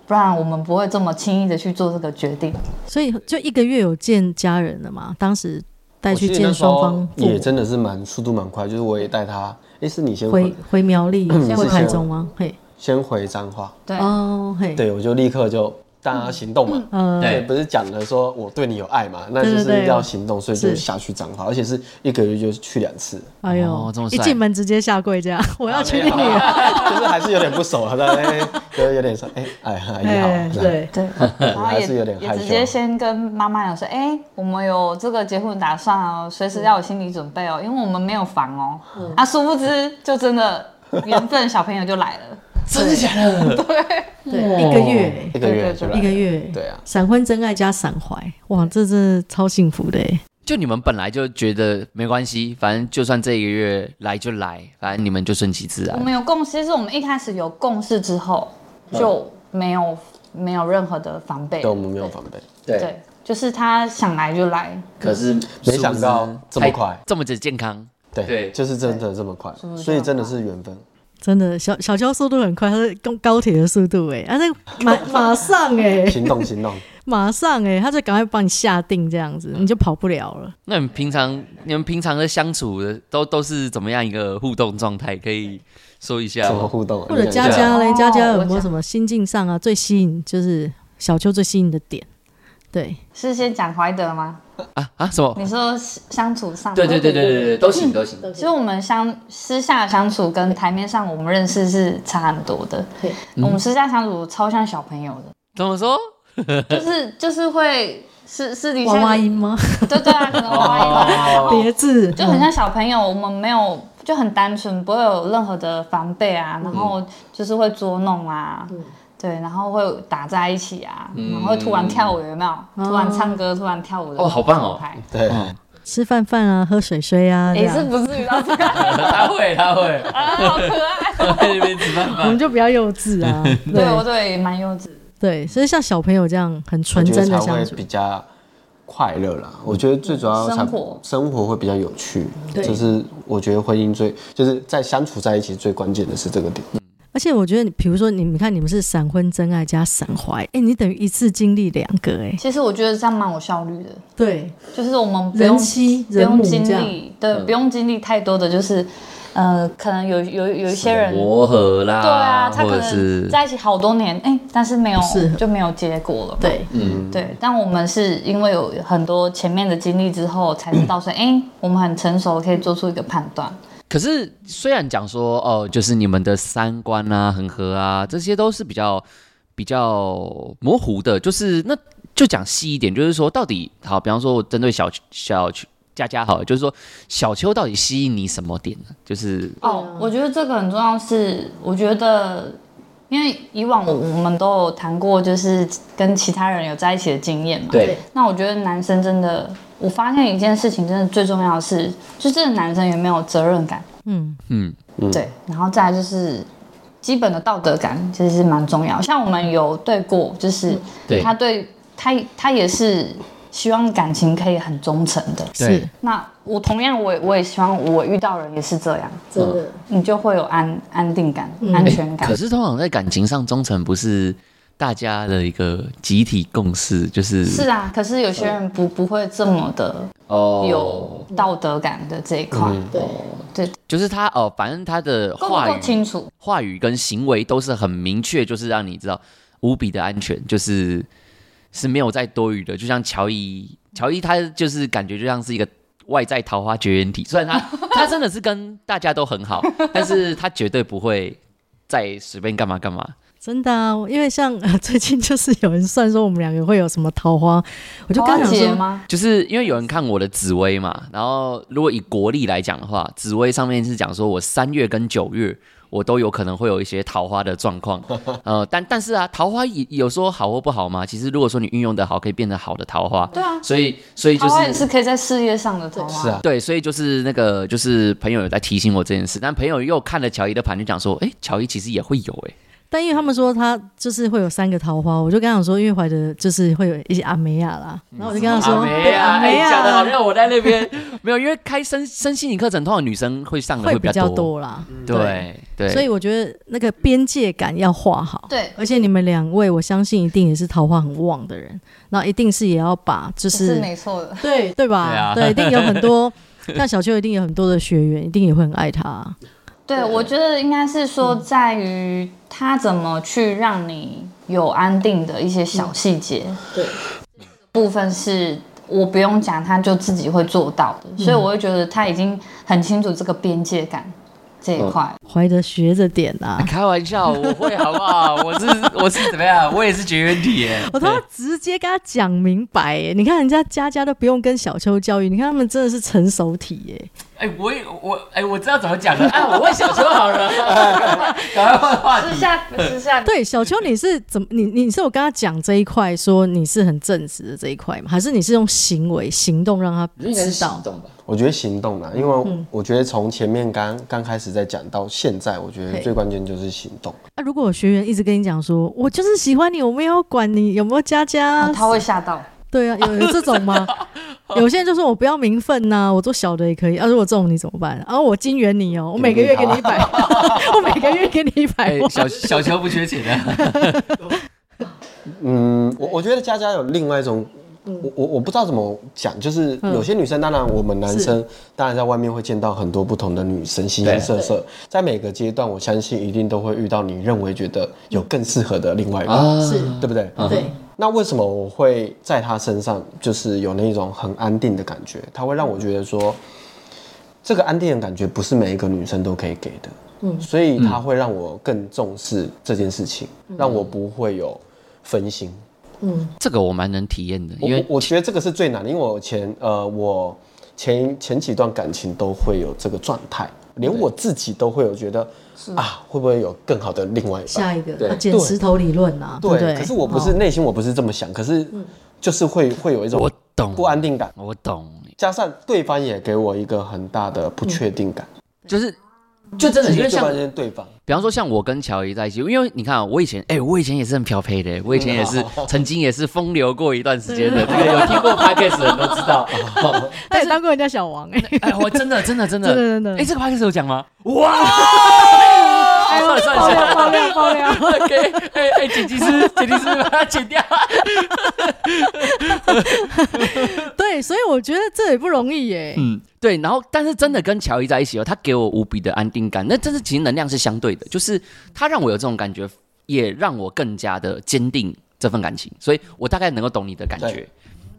[SPEAKER 4] 不然我们不会这么轻易的去做这个决定。
[SPEAKER 1] 所以就一个月有见家人了嘛，当时带
[SPEAKER 3] 我
[SPEAKER 1] 去
[SPEAKER 3] 记得那
[SPEAKER 1] 见
[SPEAKER 3] 时
[SPEAKER 1] 双
[SPEAKER 3] 候
[SPEAKER 1] 方父
[SPEAKER 3] 也
[SPEAKER 1] 母，
[SPEAKER 3] 真的是蛮速度蛮快，就是我也带他，哎，是你先
[SPEAKER 1] 回
[SPEAKER 3] 回，
[SPEAKER 1] 回苗栗，
[SPEAKER 3] 先
[SPEAKER 1] 回
[SPEAKER 3] 回
[SPEAKER 1] 台
[SPEAKER 3] 台
[SPEAKER 1] 中
[SPEAKER 3] 中
[SPEAKER 1] 吗？嘿，
[SPEAKER 3] 先回彰化，
[SPEAKER 4] 对，
[SPEAKER 1] 哦，嘿，
[SPEAKER 3] 对我就立刻就大家行动嘛。
[SPEAKER 1] 呃，
[SPEAKER 2] 对
[SPEAKER 3] 对，不是讲了说我对你有爱嘛，那就
[SPEAKER 1] 对对
[SPEAKER 3] 是
[SPEAKER 1] 对
[SPEAKER 3] 要行动，所以就是下去彰化，而且是一个月就去两
[SPEAKER 1] <laughs>
[SPEAKER 3] 次，
[SPEAKER 1] 哎
[SPEAKER 2] 哦
[SPEAKER 1] 呦
[SPEAKER 2] 这么，帅
[SPEAKER 1] 一进门直接下跪这样， <laughs> 我要娶你女儿，
[SPEAKER 3] 就是还是有点不熟啊，但哎，就是有点说哎哎阿姨
[SPEAKER 1] 哎，
[SPEAKER 3] 好，
[SPEAKER 1] 对，
[SPEAKER 3] <laughs>
[SPEAKER 4] <laughs> 对，然后
[SPEAKER 3] 还
[SPEAKER 4] 也
[SPEAKER 3] 是有点
[SPEAKER 4] 也
[SPEAKER 3] 害
[SPEAKER 4] 直接
[SPEAKER 3] 羞
[SPEAKER 4] 先跟妈妈讲说，哎、我们有这个结婚打算哦，随时要有心理准备
[SPEAKER 3] 嗯
[SPEAKER 4] 哦，因为我们没有房哦。啊，殊不知就真的缘分，小朋友就来
[SPEAKER 3] <laughs>
[SPEAKER 4] 了。
[SPEAKER 2] 真的假的？
[SPEAKER 1] 哦对，一个月，
[SPEAKER 3] 一个月就来
[SPEAKER 1] 一个
[SPEAKER 3] 了，
[SPEAKER 1] 月，
[SPEAKER 3] 哦对啊，
[SPEAKER 1] 闪婚真爱加闪怀，哇，这真的超幸福的哎，
[SPEAKER 2] 就你们本来就觉得没关系，反正就算这一个月来就来，反正你们就顺其自
[SPEAKER 4] 我
[SPEAKER 2] 然。
[SPEAKER 3] 嗯
[SPEAKER 4] 们有共识，其实我们一开始有共识之后就没有没有任何的防备
[SPEAKER 3] 对，。我们没有防备。
[SPEAKER 4] 对，就是他想来就来，
[SPEAKER 2] 可是
[SPEAKER 3] 没想到这么快，
[SPEAKER 2] 这么的健康。
[SPEAKER 3] 对，
[SPEAKER 2] 对
[SPEAKER 3] 就是真的这么快
[SPEAKER 4] 不，是
[SPEAKER 3] 所以
[SPEAKER 4] 这
[SPEAKER 3] 真
[SPEAKER 4] 么
[SPEAKER 3] 的
[SPEAKER 4] 快
[SPEAKER 3] 是缘分。
[SPEAKER 1] 真的小小娇速度很快，她是高高铁的速度哎、啊那马马上哎、
[SPEAKER 3] 行动，
[SPEAKER 1] <laughs>
[SPEAKER 3] 行动，
[SPEAKER 1] 马上哎、她就赶快帮你下定这样子，你就跑不了了。
[SPEAKER 2] 那你们平常你们平常的相处的都都是怎么样一个互动状态？可以说一下
[SPEAKER 3] 怎么
[SPEAKER 2] 吗？
[SPEAKER 3] 互动啊？
[SPEAKER 1] 或者
[SPEAKER 3] 你
[SPEAKER 1] 佳
[SPEAKER 3] 看一下
[SPEAKER 1] 佳嘞，
[SPEAKER 4] 哦
[SPEAKER 1] 佳佳有
[SPEAKER 4] 我
[SPEAKER 1] 没有
[SPEAKER 4] 想
[SPEAKER 1] 什么心境上啊最吸引，就是小秋最吸引的点？对，
[SPEAKER 4] 是先讲怀德吗？
[SPEAKER 2] 啊啊什
[SPEAKER 3] 哦
[SPEAKER 2] 么？嗯
[SPEAKER 4] 你说相处上吗，
[SPEAKER 2] 对对对，都行都行。
[SPEAKER 4] 其实我们相私下相处跟台面上我们认识是差很多的。
[SPEAKER 1] 对，
[SPEAKER 2] 嗯
[SPEAKER 4] 我们私下相处超像小朋
[SPEAKER 2] <laughs>
[SPEAKER 4] 友的，
[SPEAKER 2] 怎么说？
[SPEAKER 4] 就是就是会私私底下
[SPEAKER 1] 娃娃音吗？
[SPEAKER 4] 对对啊，可
[SPEAKER 2] <laughs>
[SPEAKER 4] 能娃娃音，
[SPEAKER 2] 哦
[SPEAKER 4] 然后
[SPEAKER 1] 别致，
[SPEAKER 4] 就很像小朋友，我们没有就很单纯，不会有任何的防备啊，
[SPEAKER 2] 嗯
[SPEAKER 4] 然后就是会捉弄啊。
[SPEAKER 1] 嗯
[SPEAKER 4] 对，然后会打在一起啊，然后会突然跳舞，有没
[SPEAKER 1] 嗯
[SPEAKER 4] 有？突然唱歌，突然跳舞
[SPEAKER 2] 嗯
[SPEAKER 4] 的
[SPEAKER 2] 哦好棒哦
[SPEAKER 4] 状态！
[SPEAKER 3] 对，
[SPEAKER 1] 吃饭饭啊，喝水水啊，这
[SPEAKER 4] 也是
[SPEAKER 1] 样
[SPEAKER 4] 不至于到哎这个
[SPEAKER 1] <laughs>
[SPEAKER 4] 啊，
[SPEAKER 2] 他会他会，
[SPEAKER 4] 好可爱。
[SPEAKER 2] <laughs> 在那边吃饭
[SPEAKER 1] 我们就比较幼稚 <laughs> 啊。
[SPEAKER 4] 对，我
[SPEAKER 1] 对
[SPEAKER 4] 对也蛮幼稚的。
[SPEAKER 1] 对，所以像小朋友这样很
[SPEAKER 3] 我
[SPEAKER 1] 纯
[SPEAKER 3] 觉得
[SPEAKER 1] 真
[SPEAKER 3] 才
[SPEAKER 1] 的相
[SPEAKER 3] 会
[SPEAKER 1] 处，嗯
[SPEAKER 3] 比较快乐啦。我觉得最主要才
[SPEAKER 4] 生活
[SPEAKER 3] 生活会比较有趣，
[SPEAKER 1] 对
[SPEAKER 3] 就是我觉得婚姻最就是在相处在一起最关键的是这个点。
[SPEAKER 1] 而且我觉得你，比如说你们看，你们是闪婚真爱加闪怀，哎，你等于一次经历两个，哎，
[SPEAKER 4] 其实我觉得这样蛮有效率的，
[SPEAKER 1] 对，
[SPEAKER 4] 就是我们不
[SPEAKER 1] 人
[SPEAKER 4] 用
[SPEAKER 1] 妻
[SPEAKER 4] 不
[SPEAKER 1] 人
[SPEAKER 4] 用
[SPEAKER 1] 母
[SPEAKER 4] 经
[SPEAKER 1] 这样，
[SPEAKER 4] 历，对，
[SPEAKER 2] 嗯
[SPEAKER 4] 不用经历太多的，就是呃，可能有有有一些人。
[SPEAKER 2] 磨合啦，
[SPEAKER 4] 对啊，他
[SPEAKER 2] 或
[SPEAKER 4] 可
[SPEAKER 2] 者
[SPEAKER 4] 能
[SPEAKER 2] 是
[SPEAKER 4] 在一起好多年，哎、但是没有
[SPEAKER 1] 适合
[SPEAKER 4] 就没有结果了。
[SPEAKER 1] 对，
[SPEAKER 2] 嗯
[SPEAKER 4] 对，但我们是因为有很多前面的经历之后，才知道说，哎、我们很成熟，可以做出一个判断。
[SPEAKER 1] 啊
[SPEAKER 2] 可是虽然讲说哦，就是你们的三观啊、很合啊，这些都是比较比较模糊的，就是那就讲细一点，就是说到底好，比方说我针对小小佳佳好了，就是说小秋到底吸引你什么点呢？就是
[SPEAKER 4] 哦，我觉得这个很重要是，我觉得，因为以往我我们都有谈过，就是跟其他人有在一起的经验嘛。
[SPEAKER 2] 对
[SPEAKER 4] 那我觉得男生真的，我发现一件事情，真的最重要的是，就这个男生有没有责任感，
[SPEAKER 1] 嗯，
[SPEAKER 2] 嗯，
[SPEAKER 4] 对，然后再来就是基本的道德感，其实是蛮重要。像我们有对过，就是
[SPEAKER 2] 嗯对
[SPEAKER 4] 他对他他也是希望感情可以很忠诚的。
[SPEAKER 1] 是
[SPEAKER 4] 那我同样我也我也希望我遇到人也是这样，
[SPEAKER 1] 真的，
[SPEAKER 3] 嗯
[SPEAKER 4] 你就会有安安定感、安全
[SPEAKER 2] 嗯
[SPEAKER 4] 感
[SPEAKER 2] 可。是通常在感情上，忠诚不是大家的一个集体共识，就是
[SPEAKER 4] 是啊，可是有些人不不会这么的
[SPEAKER 2] 哦
[SPEAKER 4] 有道德感的这一块，
[SPEAKER 1] 对，
[SPEAKER 2] 就是他哦，反正他的
[SPEAKER 4] 够
[SPEAKER 2] 嗯
[SPEAKER 4] 不
[SPEAKER 2] 话
[SPEAKER 4] 够
[SPEAKER 2] 语
[SPEAKER 4] 清楚？
[SPEAKER 2] 话语跟行为都是很明确，就是让你知道无比的安全，就是是没有再多余的。就像乔伊，乔伊他就是感觉就像是一个外在桃花绝缘体，虽然他他真的是跟大家都很好，但是他绝对不会再随便干嘛干嘛。
[SPEAKER 1] 真的啊，因为像、 <laughs> 呃最近就是有人算说我们两个会有什么桃花，我就刚想
[SPEAKER 4] 姐
[SPEAKER 1] 说，
[SPEAKER 4] 吗？
[SPEAKER 2] 就是因为有人看我的紫薇嘛，然后如果以国历来讲的话，紫薇上面是讲说我三月跟九月我都有可能会有一些桃花的状况，呃，但但是啊，桃花也有说好或不好嘛，其实如果说你运用的好，可以变成好的桃花，
[SPEAKER 4] 对啊，
[SPEAKER 2] 所以所以就
[SPEAKER 4] 桃花也
[SPEAKER 2] 是。
[SPEAKER 4] 是可以在事业上的桃花。
[SPEAKER 3] 是啊，
[SPEAKER 2] 对，所以就是那个，就是朋友有在提醒我这件事，但朋友又看了乔伊的盘，就讲说，哎，乔伊其实也会有，哎，
[SPEAKER 1] 但因为他们说他就是会有三个桃花，我就跟他讲说，因为怀德就是会有一些阿梅亚啦，
[SPEAKER 2] 嗯
[SPEAKER 1] 然后我就跟他说，对阿啊梅
[SPEAKER 2] 哎讲的好
[SPEAKER 1] 亚
[SPEAKER 2] 像我在那边没有，因为开身身心灵课程，通常女生会上的
[SPEAKER 1] 会
[SPEAKER 2] 比
[SPEAKER 1] 比较
[SPEAKER 2] 多，
[SPEAKER 1] 多啦，
[SPEAKER 2] 对对，
[SPEAKER 1] 所以我觉得那个边界感要画好。
[SPEAKER 4] 对
[SPEAKER 1] 而且你们两位，我相信一定也是桃花很旺的人，那一定是也要把就
[SPEAKER 4] 这是
[SPEAKER 1] 是
[SPEAKER 4] 没错的。
[SPEAKER 1] 对对吧？
[SPEAKER 2] 对啊，
[SPEAKER 1] 一定有很多， <laughs> 像小秋一定有很多的学员，一定也会很爱他啊。
[SPEAKER 4] 对，嗯我觉得应该是说在于他怎么去让你有安定的一些小细节。
[SPEAKER 1] 对，
[SPEAKER 4] 部分是我不用讲，他就自己会做到的，所以我会觉得他已经很清楚这个边界感这一块。
[SPEAKER 1] 怀德学着点啊
[SPEAKER 2] 开玩笑，我会好不好？我是我是怎么样？我也是绝缘体耶。
[SPEAKER 1] 我他妈直接跟他讲明白耶！你看人家家家都不用跟小秋教育，你看他们真的是成熟体耶。
[SPEAKER 2] 哎、哎、我也我哎、我知道怎么讲了，啊，我问小秋好了，赶快换话
[SPEAKER 4] 私
[SPEAKER 2] 题。
[SPEAKER 4] 下私下
[SPEAKER 1] 对，小秋，你是怎么？你你是有跟他讲这一块，说你是很正直的这一块吗？还是你是用行为行动让他
[SPEAKER 5] 应该是
[SPEAKER 1] 知
[SPEAKER 5] 行
[SPEAKER 1] 道？
[SPEAKER 5] 动吧。
[SPEAKER 3] 我觉得行动啦，因
[SPEAKER 1] 嗯
[SPEAKER 3] 为我觉得从前面刚刚开始在讲到现在，我觉得
[SPEAKER 1] 对
[SPEAKER 3] 最关键就是行动。
[SPEAKER 1] 那、啊如果有学员一直跟你讲说，我就是喜欢你，我没有管你有没有加加啊，
[SPEAKER 4] 哦他会吓 <laughs> 到。
[SPEAKER 1] <laughs> 对啊，有有这种吗？有些人就说我不要名分呐、我做小的也可以啊。如果这种你怎么办？啊，我金元你哦，我每个月给你一百，我每个月给你一
[SPEAKER 2] 哎、
[SPEAKER 1] 百万。
[SPEAKER 2] 小小秋不缺钱的，
[SPEAKER 3] 嗯，我我觉得佳佳有另外一种，我我我不知道怎么讲，就是有些女生，当然我们男生当然在外面会见到很多不同的女生，形形色色，在每个阶段，我相信一定都会遇到你认为觉得有更适合的另外一半，
[SPEAKER 2] 啊
[SPEAKER 1] 是，
[SPEAKER 3] 对不对？
[SPEAKER 1] 对，
[SPEAKER 3] 那为什么我会在他身上就是有那种很安定的感觉？他会让我觉得说，这个安定的感觉不是每一个女生都可以给的。嗯，所以他会让我更重视这件事情，让我不会有分心。
[SPEAKER 2] 这个我蛮能体验的，
[SPEAKER 3] 我
[SPEAKER 2] 因为
[SPEAKER 3] 我我觉得这个是最难的，因为我前呃我前前几段感情都会有这个状态，连我自己都会有觉得啊会不会有更好的另外一半？
[SPEAKER 1] 下一个
[SPEAKER 5] 对
[SPEAKER 1] 啊捡石头理论啊，对不对？
[SPEAKER 3] 对，可是我不是
[SPEAKER 1] 哦嗯
[SPEAKER 3] 内心我不是这么想，可是就是会会有一种
[SPEAKER 2] 我懂
[SPEAKER 3] 不安定感，
[SPEAKER 2] 我懂，
[SPEAKER 3] 加上对方也给我一个很大的不确
[SPEAKER 1] 嗯
[SPEAKER 3] 定感，
[SPEAKER 2] 就是就真的因
[SPEAKER 3] 因为
[SPEAKER 2] 为
[SPEAKER 3] 最
[SPEAKER 2] 像
[SPEAKER 3] 关键是对方
[SPEAKER 2] 比方说像我跟乔伊在一起，因为你看、啊、我以前，哎、我以前也是很漂配的，我以前也是曾经也是风流过一段时间的，这个有听过 podcast 的人都知道。
[SPEAKER 1] 他也当过人家小王哎、
[SPEAKER 2] 哎、我真的真的真的
[SPEAKER 1] <laughs> 真的真的哎
[SPEAKER 2] 哎、这个 podcast 有讲吗？哇！算了算了算了
[SPEAKER 1] 爆料爆料爆料，
[SPEAKER 2] ，OK，哎哎，剪辑师剪辑师把它剪掉。
[SPEAKER 1] <laughs>
[SPEAKER 2] <laughs>
[SPEAKER 1] 对，所以我觉得这也不容易耶、
[SPEAKER 2] 嗯，对，然后但是真的跟乔伊在一起哦，他给我无比的安定感，那真是其实能量是相对的，就是他让我有这种感觉，也让我更加的坚定这份感情，所以我大概能够懂你的感觉。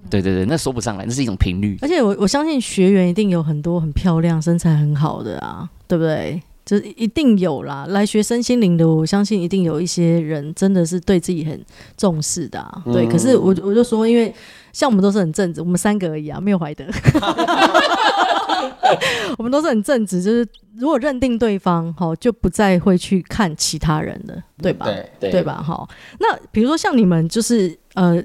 [SPEAKER 2] 对对对，那说不上来，那是一种频率。
[SPEAKER 1] 而且我我相信学员一定有很多很漂亮、身材很好的啊，对不对？就是一定有啦，来学身心灵的，我相信一定有一些人真的是对自己很重视的啊。对，可是我我就说，因为像我们都是很正直，我们三个而已啊，没有怀德， <laughs> 我们都是很正直，就是如果认定对方，好就不再会去看其他人了，对吧？
[SPEAKER 3] 对。
[SPEAKER 5] 对
[SPEAKER 1] 对？吧？哈，那比如说像你们就是呃，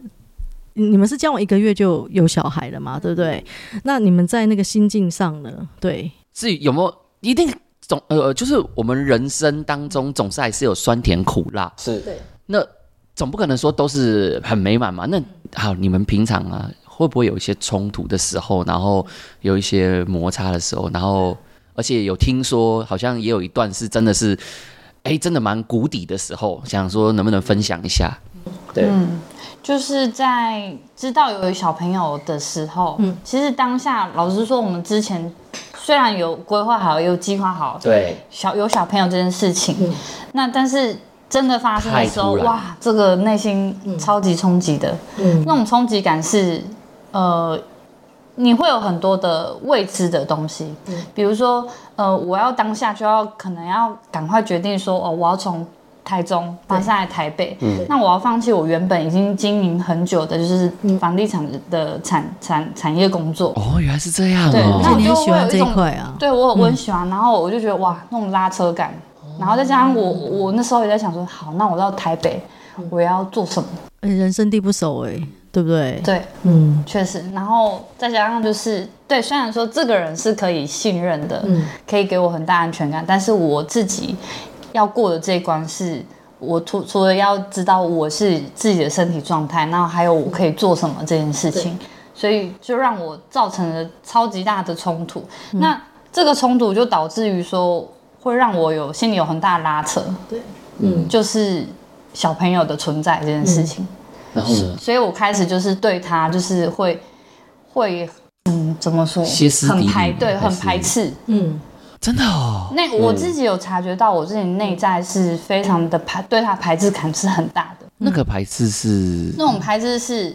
[SPEAKER 1] 你们是交往一个月就有小孩了嘛，对不对？
[SPEAKER 4] 嗯
[SPEAKER 1] 那你们在那个心境上呢？对，
[SPEAKER 2] 至于有没有一定总呃，就是我们人生当中总是还是有酸甜苦辣，
[SPEAKER 3] 是
[SPEAKER 2] 那总不可能说都是很美满嘛。那好，你们平常啊，会不会有一些冲突的时候，然后有一些摩擦的时候，然后而且有听说，好像也有一段是真的是，哎，真的蛮谷底的时候，想说能不能分享一下？
[SPEAKER 5] 对，
[SPEAKER 4] 就是在知道有小朋友的时候，嗯，其实当下老实说，我们之前虽然有规划好、有计划好，
[SPEAKER 5] 对，
[SPEAKER 4] 小有小朋友这件事情，那但是真的发生的时
[SPEAKER 2] 太
[SPEAKER 4] 候，
[SPEAKER 2] 突然
[SPEAKER 4] 哇，这个内心超级冲击的，
[SPEAKER 1] 嗯
[SPEAKER 4] 那种冲击感是，呃，你会有很多的未知的东西，比如说，呃，我要当下就要可能要赶快决定说，哦，我要从台中搬上来台北，
[SPEAKER 2] 嗯
[SPEAKER 4] 那我要放弃我原本已经经营很久的，就是房地产的产产产业工作，
[SPEAKER 2] 哦，原来是这样
[SPEAKER 4] 对
[SPEAKER 1] 而且
[SPEAKER 4] 那
[SPEAKER 2] 哦。
[SPEAKER 1] 你
[SPEAKER 4] 就
[SPEAKER 1] 很
[SPEAKER 4] 会
[SPEAKER 1] 喜欢
[SPEAKER 4] 有一
[SPEAKER 1] 这一
[SPEAKER 4] 种
[SPEAKER 1] 块啊，
[SPEAKER 4] 对我我很喜欢，然后我就觉得哇，那种拉车感，然后再加上我我那时候也在想说，好，那我到台北我要做什么？
[SPEAKER 1] 而且人生地不熟哎、对不对？
[SPEAKER 4] 对，
[SPEAKER 1] 嗯
[SPEAKER 4] 确实，然后再加上就是对，虽然说这个人是可以信任的，
[SPEAKER 1] 嗯
[SPEAKER 4] 可以给我很大安全感，但是我自己要过的这一关是。我除除了要知道我是自己的身体状态，然后还有我可以做什么这件事情，所以就让我造成了超级大的冲突。那这个冲突就导致于说，会让我有心里有很大的拉扯，
[SPEAKER 1] 嗯，
[SPEAKER 4] 就是小朋友的存在这件事情。
[SPEAKER 5] 然
[SPEAKER 1] 嗯
[SPEAKER 5] 后呢？
[SPEAKER 4] 所以我开始就是对他就是会会嗯怎么说，
[SPEAKER 2] 歇斯底里
[SPEAKER 4] 很排对，
[SPEAKER 2] 还
[SPEAKER 4] 很
[SPEAKER 2] 是
[SPEAKER 4] 排斥。
[SPEAKER 1] 嗯
[SPEAKER 2] 真的哦，
[SPEAKER 4] 那我自己有察觉到，我自己内在是非常的排，对他排斥感是很大的。
[SPEAKER 2] 那个排斥是
[SPEAKER 4] 那种排斥是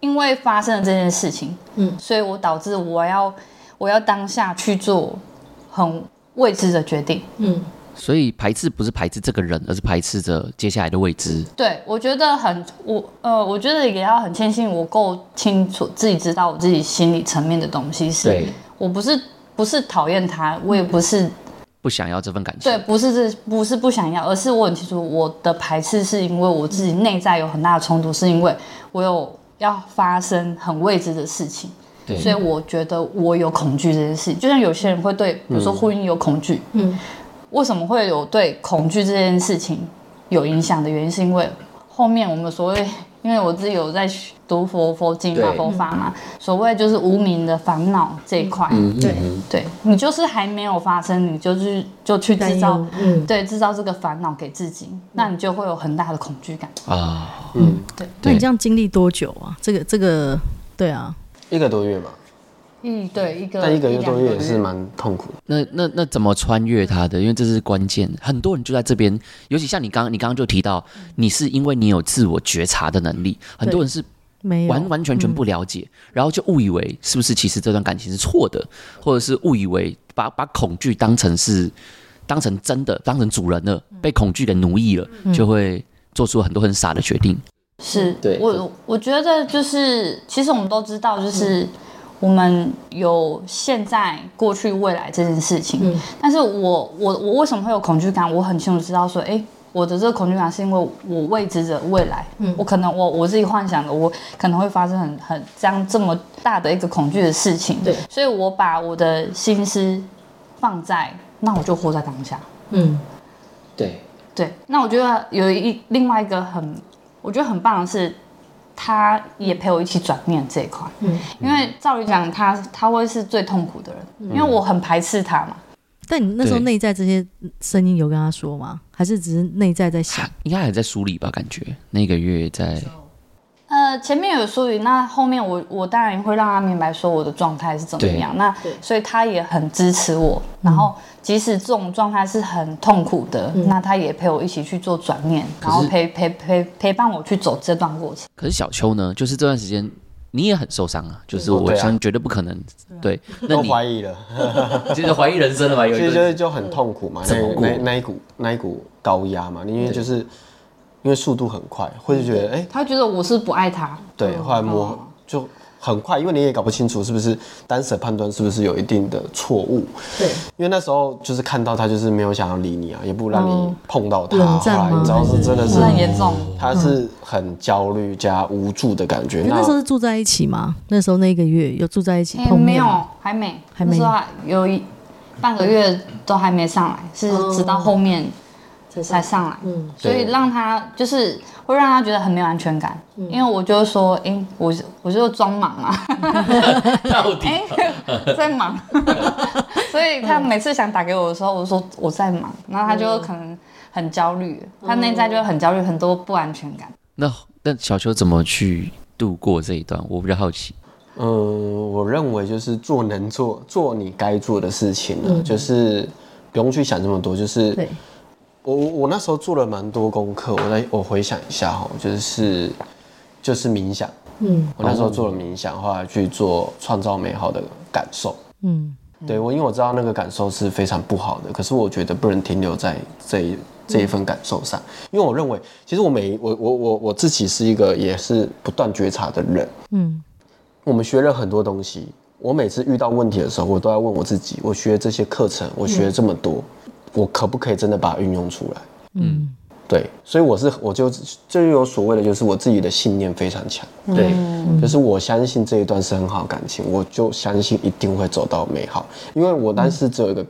[SPEAKER 4] 因为发生了这件事情，
[SPEAKER 1] 嗯
[SPEAKER 4] 嗯，所以我导致我要我要当下去做很未知的决定。
[SPEAKER 1] 嗯，
[SPEAKER 2] 所以排斥不是排斥这个人，而是排斥着接下来的未知。
[SPEAKER 4] 对，我觉得很我呃，我觉得也要很庆幸我够清楚自己知道我自己心理层面的东西是
[SPEAKER 5] 对，
[SPEAKER 4] 我不是不是讨厌他，我也不是
[SPEAKER 2] 不想要这份感情
[SPEAKER 4] 对，。不是这不是不想要，而是我很清楚我的排斥是因为我自己内在有很大的冲突，是因为我有要发生很未知的事情，
[SPEAKER 2] 对
[SPEAKER 4] 所以我觉得我有恐惧这件事情。就像有些人会对，比如说婚姻有恐惧，
[SPEAKER 1] 嗯，
[SPEAKER 4] 为什么会有对恐惧这件事情有影响的原因，是因为后面我们所谓，因为我自己有在学读佛佛经嘛
[SPEAKER 3] 对，
[SPEAKER 4] 佛法嘛，所谓就是无名的烦恼这一块，
[SPEAKER 3] 嗯
[SPEAKER 1] 对，
[SPEAKER 4] 对你就是还没有发生，你就是就去制
[SPEAKER 1] 担
[SPEAKER 4] 造
[SPEAKER 1] 忧，嗯
[SPEAKER 4] 对，制造这个烦恼给自己，那你就会有很大的恐惧感。
[SPEAKER 2] 啊，
[SPEAKER 1] 那你这样经历多久啊？这个这个，对啊，
[SPEAKER 3] 一个多月嘛，
[SPEAKER 4] 一对一个，
[SPEAKER 1] 呃
[SPEAKER 3] 但一个月多月也是
[SPEAKER 4] 嘛。
[SPEAKER 3] 蛮痛苦的。
[SPEAKER 2] 那那那怎么穿越它的？因为这是关键。很多人就在这边，尤其像你刚刚你刚刚就提到，你是因为你有自我觉察的能力，很多人是
[SPEAKER 1] 没有
[SPEAKER 2] 完完全全不了解，然后就误以为是不是其实这段感情是错的，或者是误以为把把恐惧当成是当成真的，当成主人了，被恐惧给奴役了，就会做出很多很傻的决定。
[SPEAKER 1] 嗯
[SPEAKER 4] 是，
[SPEAKER 3] 对
[SPEAKER 4] 我我觉得就是，其实我们都知道，
[SPEAKER 1] 嗯
[SPEAKER 4] 就是我们有现在、过去、未来这件事情。
[SPEAKER 1] 嗯
[SPEAKER 4] 但是我我我为什么会有恐惧感？我很清楚知道说，哎、我的这个恐惧感是因为我未知的未来，
[SPEAKER 1] 嗯
[SPEAKER 4] 我可能我我自己幻想的，我可能会发生很很这样这么大的一个恐惧的事情。
[SPEAKER 1] 对
[SPEAKER 4] 所以我把我的心思放在，那我就活在当下。
[SPEAKER 1] 嗯
[SPEAKER 3] 对，
[SPEAKER 4] 对，那我觉得有一另外一个很，我觉得很棒的是，他也陪我一起转念这一块。
[SPEAKER 1] 嗯，
[SPEAKER 4] 因为照理讲，他他会是最痛苦的人，因为我很排斥他嘛。
[SPEAKER 1] 但你那时候
[SPEAKER 2] 对
[SPEAKER 1] 内在这些声音有跟他说吗？还是只是内在在想？
[SPEAKER 2] 应该还在梳理吧？感觉那个月在
[SPEAKER 4] 呃，前面有疏于，那后面我我当然会让他明白说我的状态是怎么样。那所以他也很支持我，然后即使这种状态是很痛苦的，那他也陪我一起去做转念，然后陪陪陪陪伴我去走这段过程。
[SPEAKER 2] 可是小秋呢，就是这段时间你也很受伤啊，就是
[SPEAKER 3] 哦
[SPEAKER 2] 我
[SPEAKER 3] 对啊
[SPEAKER 2] 相信绝对不可能，对，
[SPEAKER 3] <laughs>
[SPEAKER 2] 那
[SPEAKER 3] 都
[SPEAKER 2] 你
[SPEAKER 3] 怀疑了，
[SPEAKER 2] 就是怀疑人生了吧？有
[SPEAKER 3] 其
[SPEAKER 2] 一
[SPEAKER 3] 实就是
[SPEAKER 2] 个
[SPEAKER 3] 就很痛苦嘛，
[SPEAKER 2] 怎么
[SPEAKER 3] 那
[SPEAKER 2] 过
[SPEAKER 3] 那那一股那一股高压嘛，因为就是因为速度很快，会觉得哎、
[SPEAKER 4] 他觉得我是不爱他，
[SPEAKER 3] 对，后来摸、
[SPEAKER 4] 哦
[SPEAKER 3] 就很快，因为你也搞不清楚是不是单审判断是不是有一定的错误，
[SPEAKER 1] 对，
[SPEAKER 3] 因为那时候就是看到他就是没有想要理你啊，也不让你
[SPEAKER 1] 哦
[SPEAKER 3] 碰到他，
[SPEAKER 1] 冷
[SPEAKER 3] 后
[SPEAKER 1] 战
[SPEAKER 3] 来
[SPEAKER 1] 吗
[SPEAKER 3] 你知道是真的是
[SPEAKER 4] 是很严重。
[SPEAKER 3] 他是很焦虑加无助的感觉，
[SPEAKER 1] 那那时候是住在一起吗？那时候那个月有住在一起
[SPEAKER 4] 哎、
[SPEAKER 1] 碰面
[SPEAKER 4] 没有
[SPEAKER 1] 吗？，
[SPEAKER 4] 还没，
[SPEAKER 1] 还没
[SPEAKER 4] 那时候还有一半个月都还没上来，是直到后面才上来。嗯，所以让他就是会让他觉得很没有安全感，因为我就说，哎、我我就装忙啊，
[SPEAKER 2] 到底
[SPEAKER 4] 哎、在忙，所以他每次想打给我的时候，我就说我在忙，然后他就可能很焦虑，他内在就会很焦虑，很多不安全感。
[SPEAKER 2] 那那小秋怎么去度过这一段？我比较好奇。
[SPEAKER 3] 嗯，我认为就是做能做，做你该做的事情了，就是不用去想这么多。就是
[SPEAKER 1] 对
[SPEAKER 3] 我我我那时候做了蛮多功课，我在我回想一下哈，就是就是冥想，
[SPEAKER 1] 嗯
[SPEAKER 3] 我那时候做了冥想，后来去做创造美好的感受。
[SPEAKER 1] 嗯，
[SPEAKER 3] 对我，因为我知道那个感受是非常不好的，可是我觉得不能停留在这一这一份感受上，因为我认为，其实我每我我我我自己是一个也是不断觉察的人，
[SPEAKER 1] 嗯，
[SPEAKER 3] 我们学了很多东西。我每次遇到问题的时候，我都要问我自己：我学这些课程，我学这么多，我可不可以真的把它运用出来？
[SPEAKER 1] 嗯，
[SPEAKER 3] 对，所以我是我就就有所谓的，就是我自己的信念非常强。对，就是我相信这一段是很好的感情，我就相信一定会走到美好。因为我当时只有一个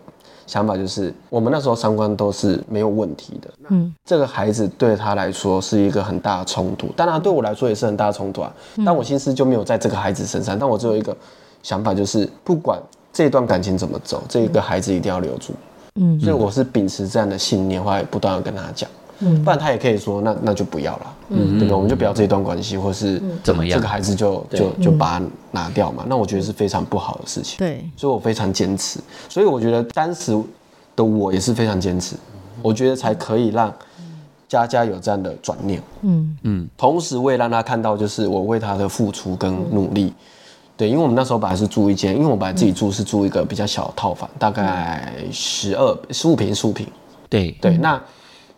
[SPEAKER 3] 想法，就是我们那时候三观都是没有问题的。
[SPEAKER 1] 嗯，
[SPEAKER 3] 这个孩子对他来说是一个很大的冲突，当然对我来说也是很大的冲突啊。
[SPEAKER 1] 嗯
[SPEAKER 3] 但我心思就没有在这个孩子身上，但我只有一个想法，就是不管这段感情怎么走，这个孩子一定要留住。
[SPEAKER 1] 嗯
[SPEAKER 3] 所以我是秉持这样的信念，后来不断的跟他讲，
[SPEAKER 1] 嗯
[SPEAKER 3] 不然他也可以说那那就不要了，对不对？我们就不要这一段关系，或是
[SPEAKER 2] 嗯
[SPEAKER 1] 嗯
[SPEAKER 2] 怎么样
[SPEAKER 3] 这个孩子就就就把它拿掉嘛。那我觉得是非常不好的事情。
[SPEAKER 1] 对，
[SPEAKER 3] 所以我非常坚持。所以我觉得当时的我也是非常坚持，我觉得才可以让佳佳有这样的转念，
[SPEAKER 1] 嗯
[SPEAKER 3] 同时我也让她看到，就是我为她的付出跟努力。对，因为我们那时候本来是住一间，因为我本来自己住是住一个比较小的套房，大概十二、十五平、十五平。
[SPEAKER 2] 对，
[SPEAKER 3] 对，那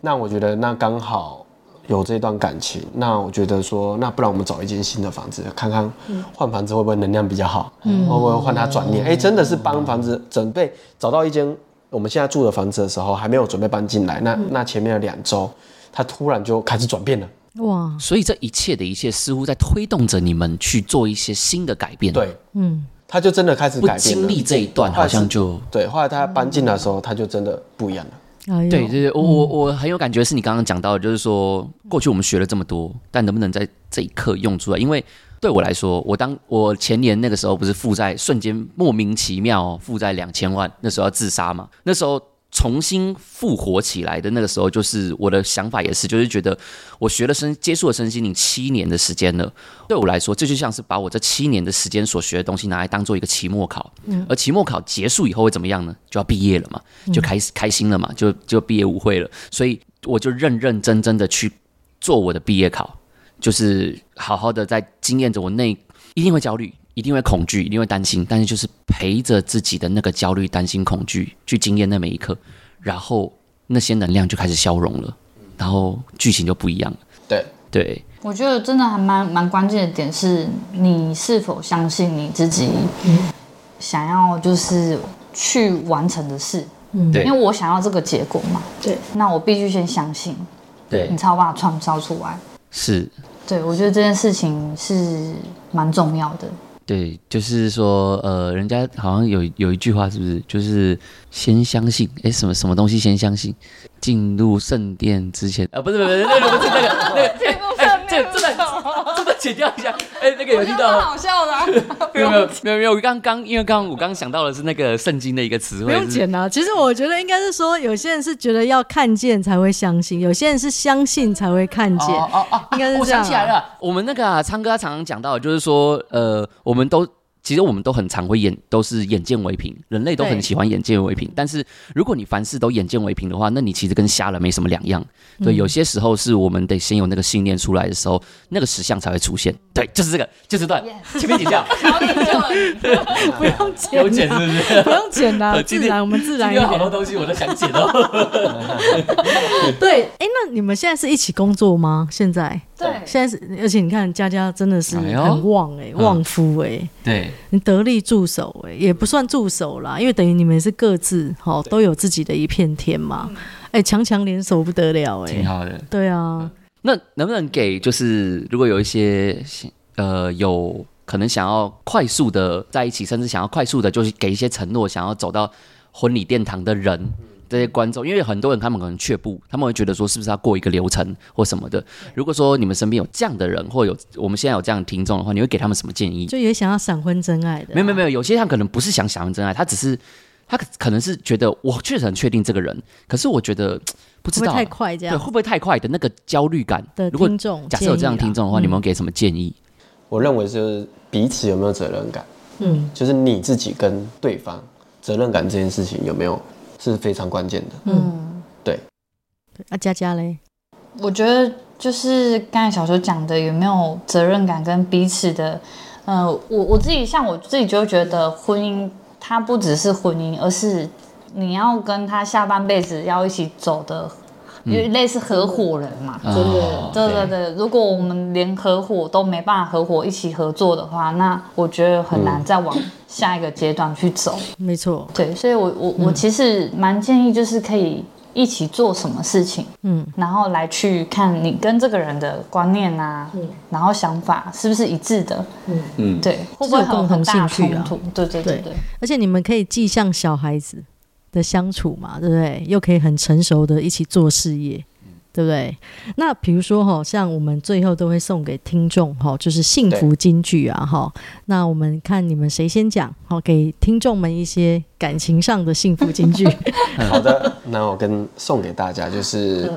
[SPEAKER 3] 那我觉得那刚好有这段感情，那我觉得说，那不然我们找一间新的房子，看看
[SPEAKER 2] 嗯
[SPEAKER 3] 换房子会不会能量比较好，会不会换他转念？哎、真的是帮房子准备找到一间我们现在住的房子的时候，还没有准备搬进来，那、
[SPEAKER 2] 嗯
[SPEAKER 3] 那前面的两周，他突然就开始转变了。
[SPEAKER 1] 哇，
[SPEAKER 2] 所以这一切的一切，似乎在推动着你们去做一些新的改变。，
[SPEAKER 3] 对，
[SPEAKER 1] 嗯，
[SPEAKER 3] 他就真的开始
[SPEAKER 2] 不
[SPEAKER 3] 改变
[SPEAKER 2] 经
[SPEAKER 3] 了。
[SPEAKER 2] 历这一段，好像就
[SPEAKER 3] 对，后来他搬进来的时候，他就真的不一样了。
[SPEAKER 1] 哎呦，
[SPEAKER 2] 对对对，我我我很有感觉，是你刚刚讲到的，就是说过去我们学了这么多，但能不能在这一刻用出来？因为对我来说，我当我前年那个时候不是负债，瞬间莫名其妙、哦、负债两千万，那时候要自杀嘛，那时候。重新复活起来的那个时候，就是我的想法也是，就是觉得我学了身接触了身心灵七年的时间了，对我来说，这就像是把我这七年的时间所学的东西拿来当做一个期末考，
[SPEAKER 1] 嗯
[SPEAKER 2] 而期末考结束以后会怎么样呢？就要毕业了嘛，就开始开心了嘛，就就毕业舞会了，所以我就认认真真的去做我的毕业考，就是好好的在经验着我那一定会焦虑，一定会恐惧，一定会担心，但是就是陪着自己的那个焦虑、担心、恐惧去经验那每一刻，然后那些能量就开始消融了，然后剧情就不一样了，
[SPEAKER 3] 对，
[SPEAKER 2] 对。
[SPEAKER 4] 我觉得真的还蛮蛮关键的点是，你是否相信你自己想要就是去完成的事，嗯，
[SPEAKER 2] 对
[SPEAKER 4] 因为我想要这个结果嘛，
[SPEAKER 1] 对，
[SPEAKER 4] 那我必须先相信，
[SPEAKER 2] 对
[SPEAKER 4] 你才有办法创造出来。
[SPEAKER 2] 是，
[SPEAKER 4] 对，我觉得这件事情是蛮重要 <laughs> 的。
[SPEAKER 2] 对，就是说，呃，人家好像有有一句话，是不是？就是先相信，哎，什么什么东西先相信？进入圣殿之前，啊，不是不是那个不是那个那个，哎这这个这个剪掉一下，哎，那个有听到吗？
[SPEAKER 4] 好笑的、啊，
[SPEAKER 2] 没有没有没有没有，我刚刚因为刚刚我刚刚想到的是那个圣经的一个词汇，
[SPEAKER 1] 不用
[SPEAKER 2] 是
[SPEAKER 1] 剪啊。其实我觉得应该是说，有些人是觉得要看见才会相信，有些人是相信才会看见。
[SPEAKER 2] 哦哦哦，
[SPEAKER 1] 应该是
[SPEAKER 2] 我
[SPEAKER 1] 这样
[SPEAKER 2] 想起来了，我们那个啊，昌哥他常常讲到，就是说，呃，我们都其实我们都很常会眼都是眼见为凭，人类都很
[SPEAKER 1] 对
[SPEAKER 2] 喜欢眼见为凭。但是如果你凡事都眼见为凭的话，那你其实跟瞎了没什么两样。对，有些时候是我们得先有那个信念出来的时候，那个实相才会出现。对，就是这个，就这段，前面剪掉，
[SPEAKER 4] 好你救了你
[SPEAKER 1] <laughs> 不用剪啊，
[SPEAKER 2] <laughs> 有剪是不
[SPEAKER 1] <laughs>
[SPEAKER 2] 是？
[SPEAKER 1] 不用剪啦，自
[SPEAKER 2] <laughs> 今天
[SPEAKER 1] 然我们自
[SPEAKER 2] 今
[SPEAKER 1] 然一
[SPEAKER 2] 天有好多
[SPEAKER 1] 点。
[SPEAKER 2] 东西我都想剪哦。
[SPEAKER 1] 对，哎、那你们现在是一起工作吗？现在
[SPEAKER 4] 对，
[SPEAKER 1] 现在是，而且你看佳佳真的是
[SPEAKER 2] 哎呦
[SPEAKER 1] 很旺哎、
[SPEAKER 2] 嗯
[SPEAKER 1] 旺夫哎、
[SPEAKER 2] <laughs> 对，
[SPEAKER 1] 你得力助手哎、也不算助手啦，因为等于你们是各自好都有自己的一片天嘛。哎、强强联手不得了哎、
[SPEAKER 2] 挺好的。嗯
[SPEAKER 1] 对啊，
[SPEAKER 2] 那能不能给就是如果有一些呃有可能想要快速的在一起，甚至想要快速的，就是给一些承诺，想要走呃到婚礼殿堂的人。这些观众，因为很多人他们可能却步，他们会觉得说是不是要过一个流程或什么的。如果说你们身边有这样的人，或有我们现在有这样的听众的话，你会给他们什么建议？
[SPEAKER 1] 就也想要闪婚真爱的、啊
[SPEAKER 2] 没有没有没有，有些他可能不是想想要真爱，他只是他可可能是觉得我确实很确定这个人，可是我觉得不
[SPEAKER 1] 会不
[SPEAKER 2] 知
[SPEAKER 1] 会
[SPEAKER 2] 道
[SPEAKER 1] 太快这
[SPEAKER 2] 对，
[SPEAKER 1] 样
[SPEAKER 2] 会不会太快的那个焦虑感
[SPEAKER 1] 的？
[SPEAKER 2] 如果
[SPEAKER 1] 听众？
[SPEAKER 2] 假设有这
[SPEAKER 1] 建议啦
[SPEAKER 2] 样
[SPEAKER 1] 嗯啊
[SPEAKER 2] 听众的话，你们会给什么建议？
[SPEAKER 3] 我认为是彼此有没有责任感，
[SPEAKER 1] 嗯
[SPEAKER 3] 就是你自己跟对方责任感这件事情有没有是非常关键的。
[SPEAKER 4] 嗯，
[SPEAKER 1] 对啊，佳佳嘞，
[SPEAKER 4] 我觉得就是刚才小球讲的，有没有责任感跟彼此的，呃，我我自己像我自己就会觉得婚姻它不只是婚姻，而是你要跟他下半辈子要一起走的，因为类似合伙人嘛。
[SPEAKER 2] 真的
[SPEAKER 4] 对对对，如果我们连合伙都没办法合伙一起合作的话，那我觉得很难再往下一个阶段去走。
[SPEAKER 1] 没错，
[SPEAKER 4] 对，所以我我
[SPEAKER 1] 嗯
[SPEAKER 4] 我其实蛮建议，就是可以一起做什么事情，
[SPEAKER 1] 嗯，
[SPEAKER 4] 然后来去看你跟这个人的观念啊，然后想法是不是一致的，嗯
[SPEAKER 2] 嗯
[SPEAKER 4] 对，会不会
[SPEAKER 1] 是有
[SPEAKER 4] 很
[SPEAKER 1] 共同
[SPEAKER 4] 很大
[SPEAKER 1] 兴
[SPEAKER 4] 冲
[SPEAKER 1] 趣啊
[SPEAKER 4] 突？对对对
[SPEAKER 1] 对
[SPEAKER 4] 对，
[SPEAKER 1] 而且你们可以既像小孩子的相处嘛，对不对？又可以很成熟的一起做事业，对不对？那比如说哈，像我们最后都会送给听众哈，就是幸福金句啊哈。那我们看你们谁先讲，好给听众们一些感情上的幸福金句。
[SPEAKER 3] 好的， <laughs> 那我跟送给大家就是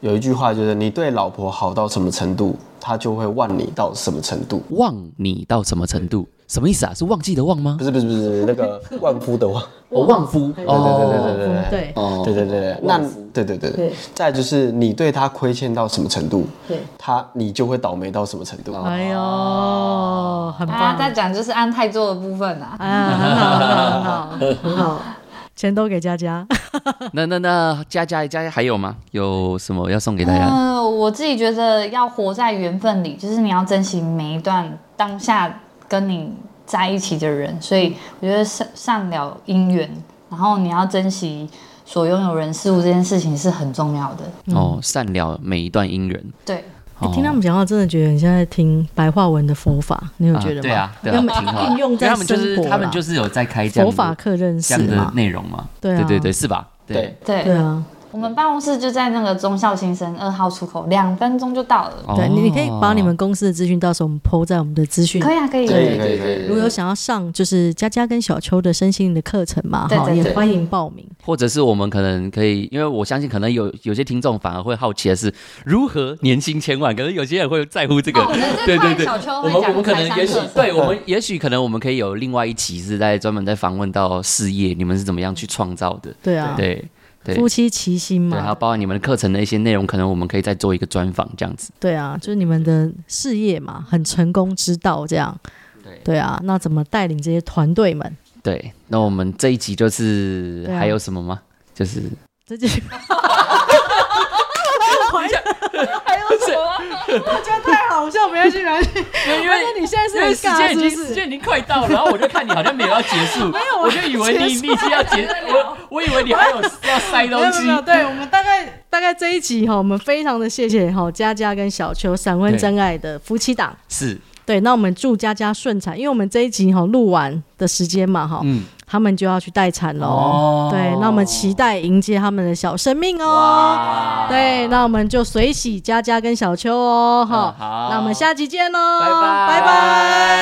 [SPEAKER 3] 有一句话，就是你对老婆好到什么程度，她就会忘你到什么程度。
[SPEAKER 2] 忘你到什么程度？什么意思啊？是忘记的忘吗
[SPEAKER 3] 不？是不是不是那个万夫的万，
[SPEAKER 2] 我忘
[SPEAKER 1] 哦
[SPEAKER 2] 夫。对对
[SPEAKER 3] 对对对对
[SPEAKER 1] 对，
[SPEAKER 2] 哦
[SPEAKER 3] 对对对对，那对对对对，再就是你对她亏欠到什么程度，
[SPEAKER 1] 对，
[SPEAKER 3] 她你就会倒霉到什么程度。
[SPEAKER 1] 哎呦，很
[SPEAKER 4] 啊
[SPEAKER 1] 棒，，
[SPEAKER 4] 再讲就是安泰做的部分啊，
[SPEAKER 1] 啊，很好，很好，很好，很好，全都给佳佳。
[SPEAKER 2] 那那那佳佳佳佳还有吗？有什么要送给大家？
[SPEAKER 4] 嗯、我自己觉得要活在缘分里，就是你要珍惜每一段当下跟你在一起的人，所以我觉得善善了姻缘，然后你要珍惜所拥有人事物这件事情是很重要的。
[SPEAKER 2] 哦，善了每一段姻缘。
[SPEAKER 4] 对，
[SPEAKER 2] 哦
[SPEAKER 1] 你嗯哎听他们讲话，真的觉得你现在听白话文的佛法，你有觉得吗？
[SPEAKER 2] 对啊，对啊，
[SPEAKER 1] 要么
[SPEAKER 2] 挺好的。
[SPEAKER 1] 应用
[SPEAKER 2] 因为
[SPEAKER 1] 在
[SPEAKER 2] 他们就是
[SPEAKER 1] 生活啦
[SPEAKER 2] 他们就是有在开这样
[SPEAKER 1] 佛
[SPEAKER 2] 的
[SPEAKER 1] 法课认
[SPEAKER 2] 这
[SPEAKER 1] 识
[SPEAKER 2] 样的
[SPEAKER 1] 嘛，
[SPEAKER 2] 内容嘛。
[SPEAKER 1] 对啊
[SPEAKER 2] 对对对，是吧？
[SPEAKER 3] 对。
[SPEAKER 4] 对，
[SPEAKER 1] 对啊，
[SPEAKER 4] 我们办公室就在那个忠孝新生二号出口，两分钟就到了。
[SPEAKER 1] 对你你可以把你
[SPEAKER 2] 哦
[SPEAKER 1] 们公司的资讯，到时候我们 PO 在我们的资讯
[SPEAKER 4] 可以啊，可以。
[SPEAKER 3] 可以
[SPEAKER 2] 对
[SPEAKER 3] 可
[SPEAKER 2] 对
[SPEAKER 3] 以可以。
[SPEAKER 1] 如果有想要上就是佳佳跟小秋的身心灵的课程嘛，
[SPEAKER 4] 对
[SPEAKER 1] 哈，
[SPEAKER 4] 对
[SPEAKER 1] 也
[SPEAKER 4] 对
[SPEAKER 1] 欢迎报名。
[SPEAKER 2] 或者是我们可能可以，因为我相信可能有有些听众反而会好奇的是，如何年薪千万？可能有些人会在乎这个。
[SPEAKER 4] 哦，
[SPEAKER 2] 对
[SPEAKER 4] 这块
[SPEAKER 2] 对对
[SPEAKER 4] 小秋
[SPEAKER 2] 我
[SPEAKER 4] 会
[SPEAKER 2] 们
[SPEAKER 4] 讲
[SPEAKER 2] 我们可能
[SPEAKER 4] 开
[SPEAKER 2] 也
[SPEAKER 4] 山
[SPEAKER 2] 许
[SPEAKER 4] 课程
[SPEAKER 2] 对我们也许可能我们可以有另外一期是在专门在访问到事业，你们是怎么样去创造的？
[SPEAKER 1] 对
[SPEAKER 4] 嗯
[SPEAKER 1] 啊，
[SPEAKER 2] 对对
[SPEAKER 1] 夫妻齐心
[SPEAKER 2] 对，还有
[SPEAKER 1] 嘛，
[SPEAKER 2] 包含你们的课程的一些内容，可能我们可以再做一个专访这样子。
[SPEAKER 1] 对啊，就是你们的事业嘛，很成功之道这样。
[SPEAKER 2] 对
[SPEAKER 1] 对啊，那怎么带领这些团队们？
[SPEAKER 2] 对，那我们这一集就是
[SPEAKER 1] 对啊
[SPEAKER 2] 还有什么吗？就是
[SPEAKER 1] 这就
[SPEAKER 4] 还有什么？
[SPEAKER 1] 太好笑，没关系，没关系。
[SPEAKER 2] 因
[SPEAKER 1] 反正你现在是很尬，是不是？
[SPEAKER 2] 已经快到了，然后我就看你好像没有要结
[SPEAKER 1] <laughs>
[SPEAKER 2] 束，没有，我就以为你你已经要结，我我以为你还有要塞
[SPEAKER 1] 没有没有没有，对我们大概 <laughs> 大概这一集哈，我们非常的谢谢哈佳佳跟小秋闪婚
[SPEAKER 2] 对
[SPEAKER 1] 真爱的夫妻档。
[SPEAKER 2] 是，
[SPEAKER 1] 对，那我们祝佳佳顺产，因为我们这一集哈录完的时间嘛哈，
[SPEAKER 2] 嗯，
[SPEAKER 1] 他们就要去待产喽。
[SPEAKER 2] 哦
[SPEAKER 1] 对，那我们期待迎接他们的小生命哦。对，那我们就随喜佳佳跟小秋哦哈
[SPEAKER 2] 嗯、好
[SPEAKER 1] 那我们下集见喽，
[SPEAKER 2] 拜拜
[SPEAKER 1] 拜拜。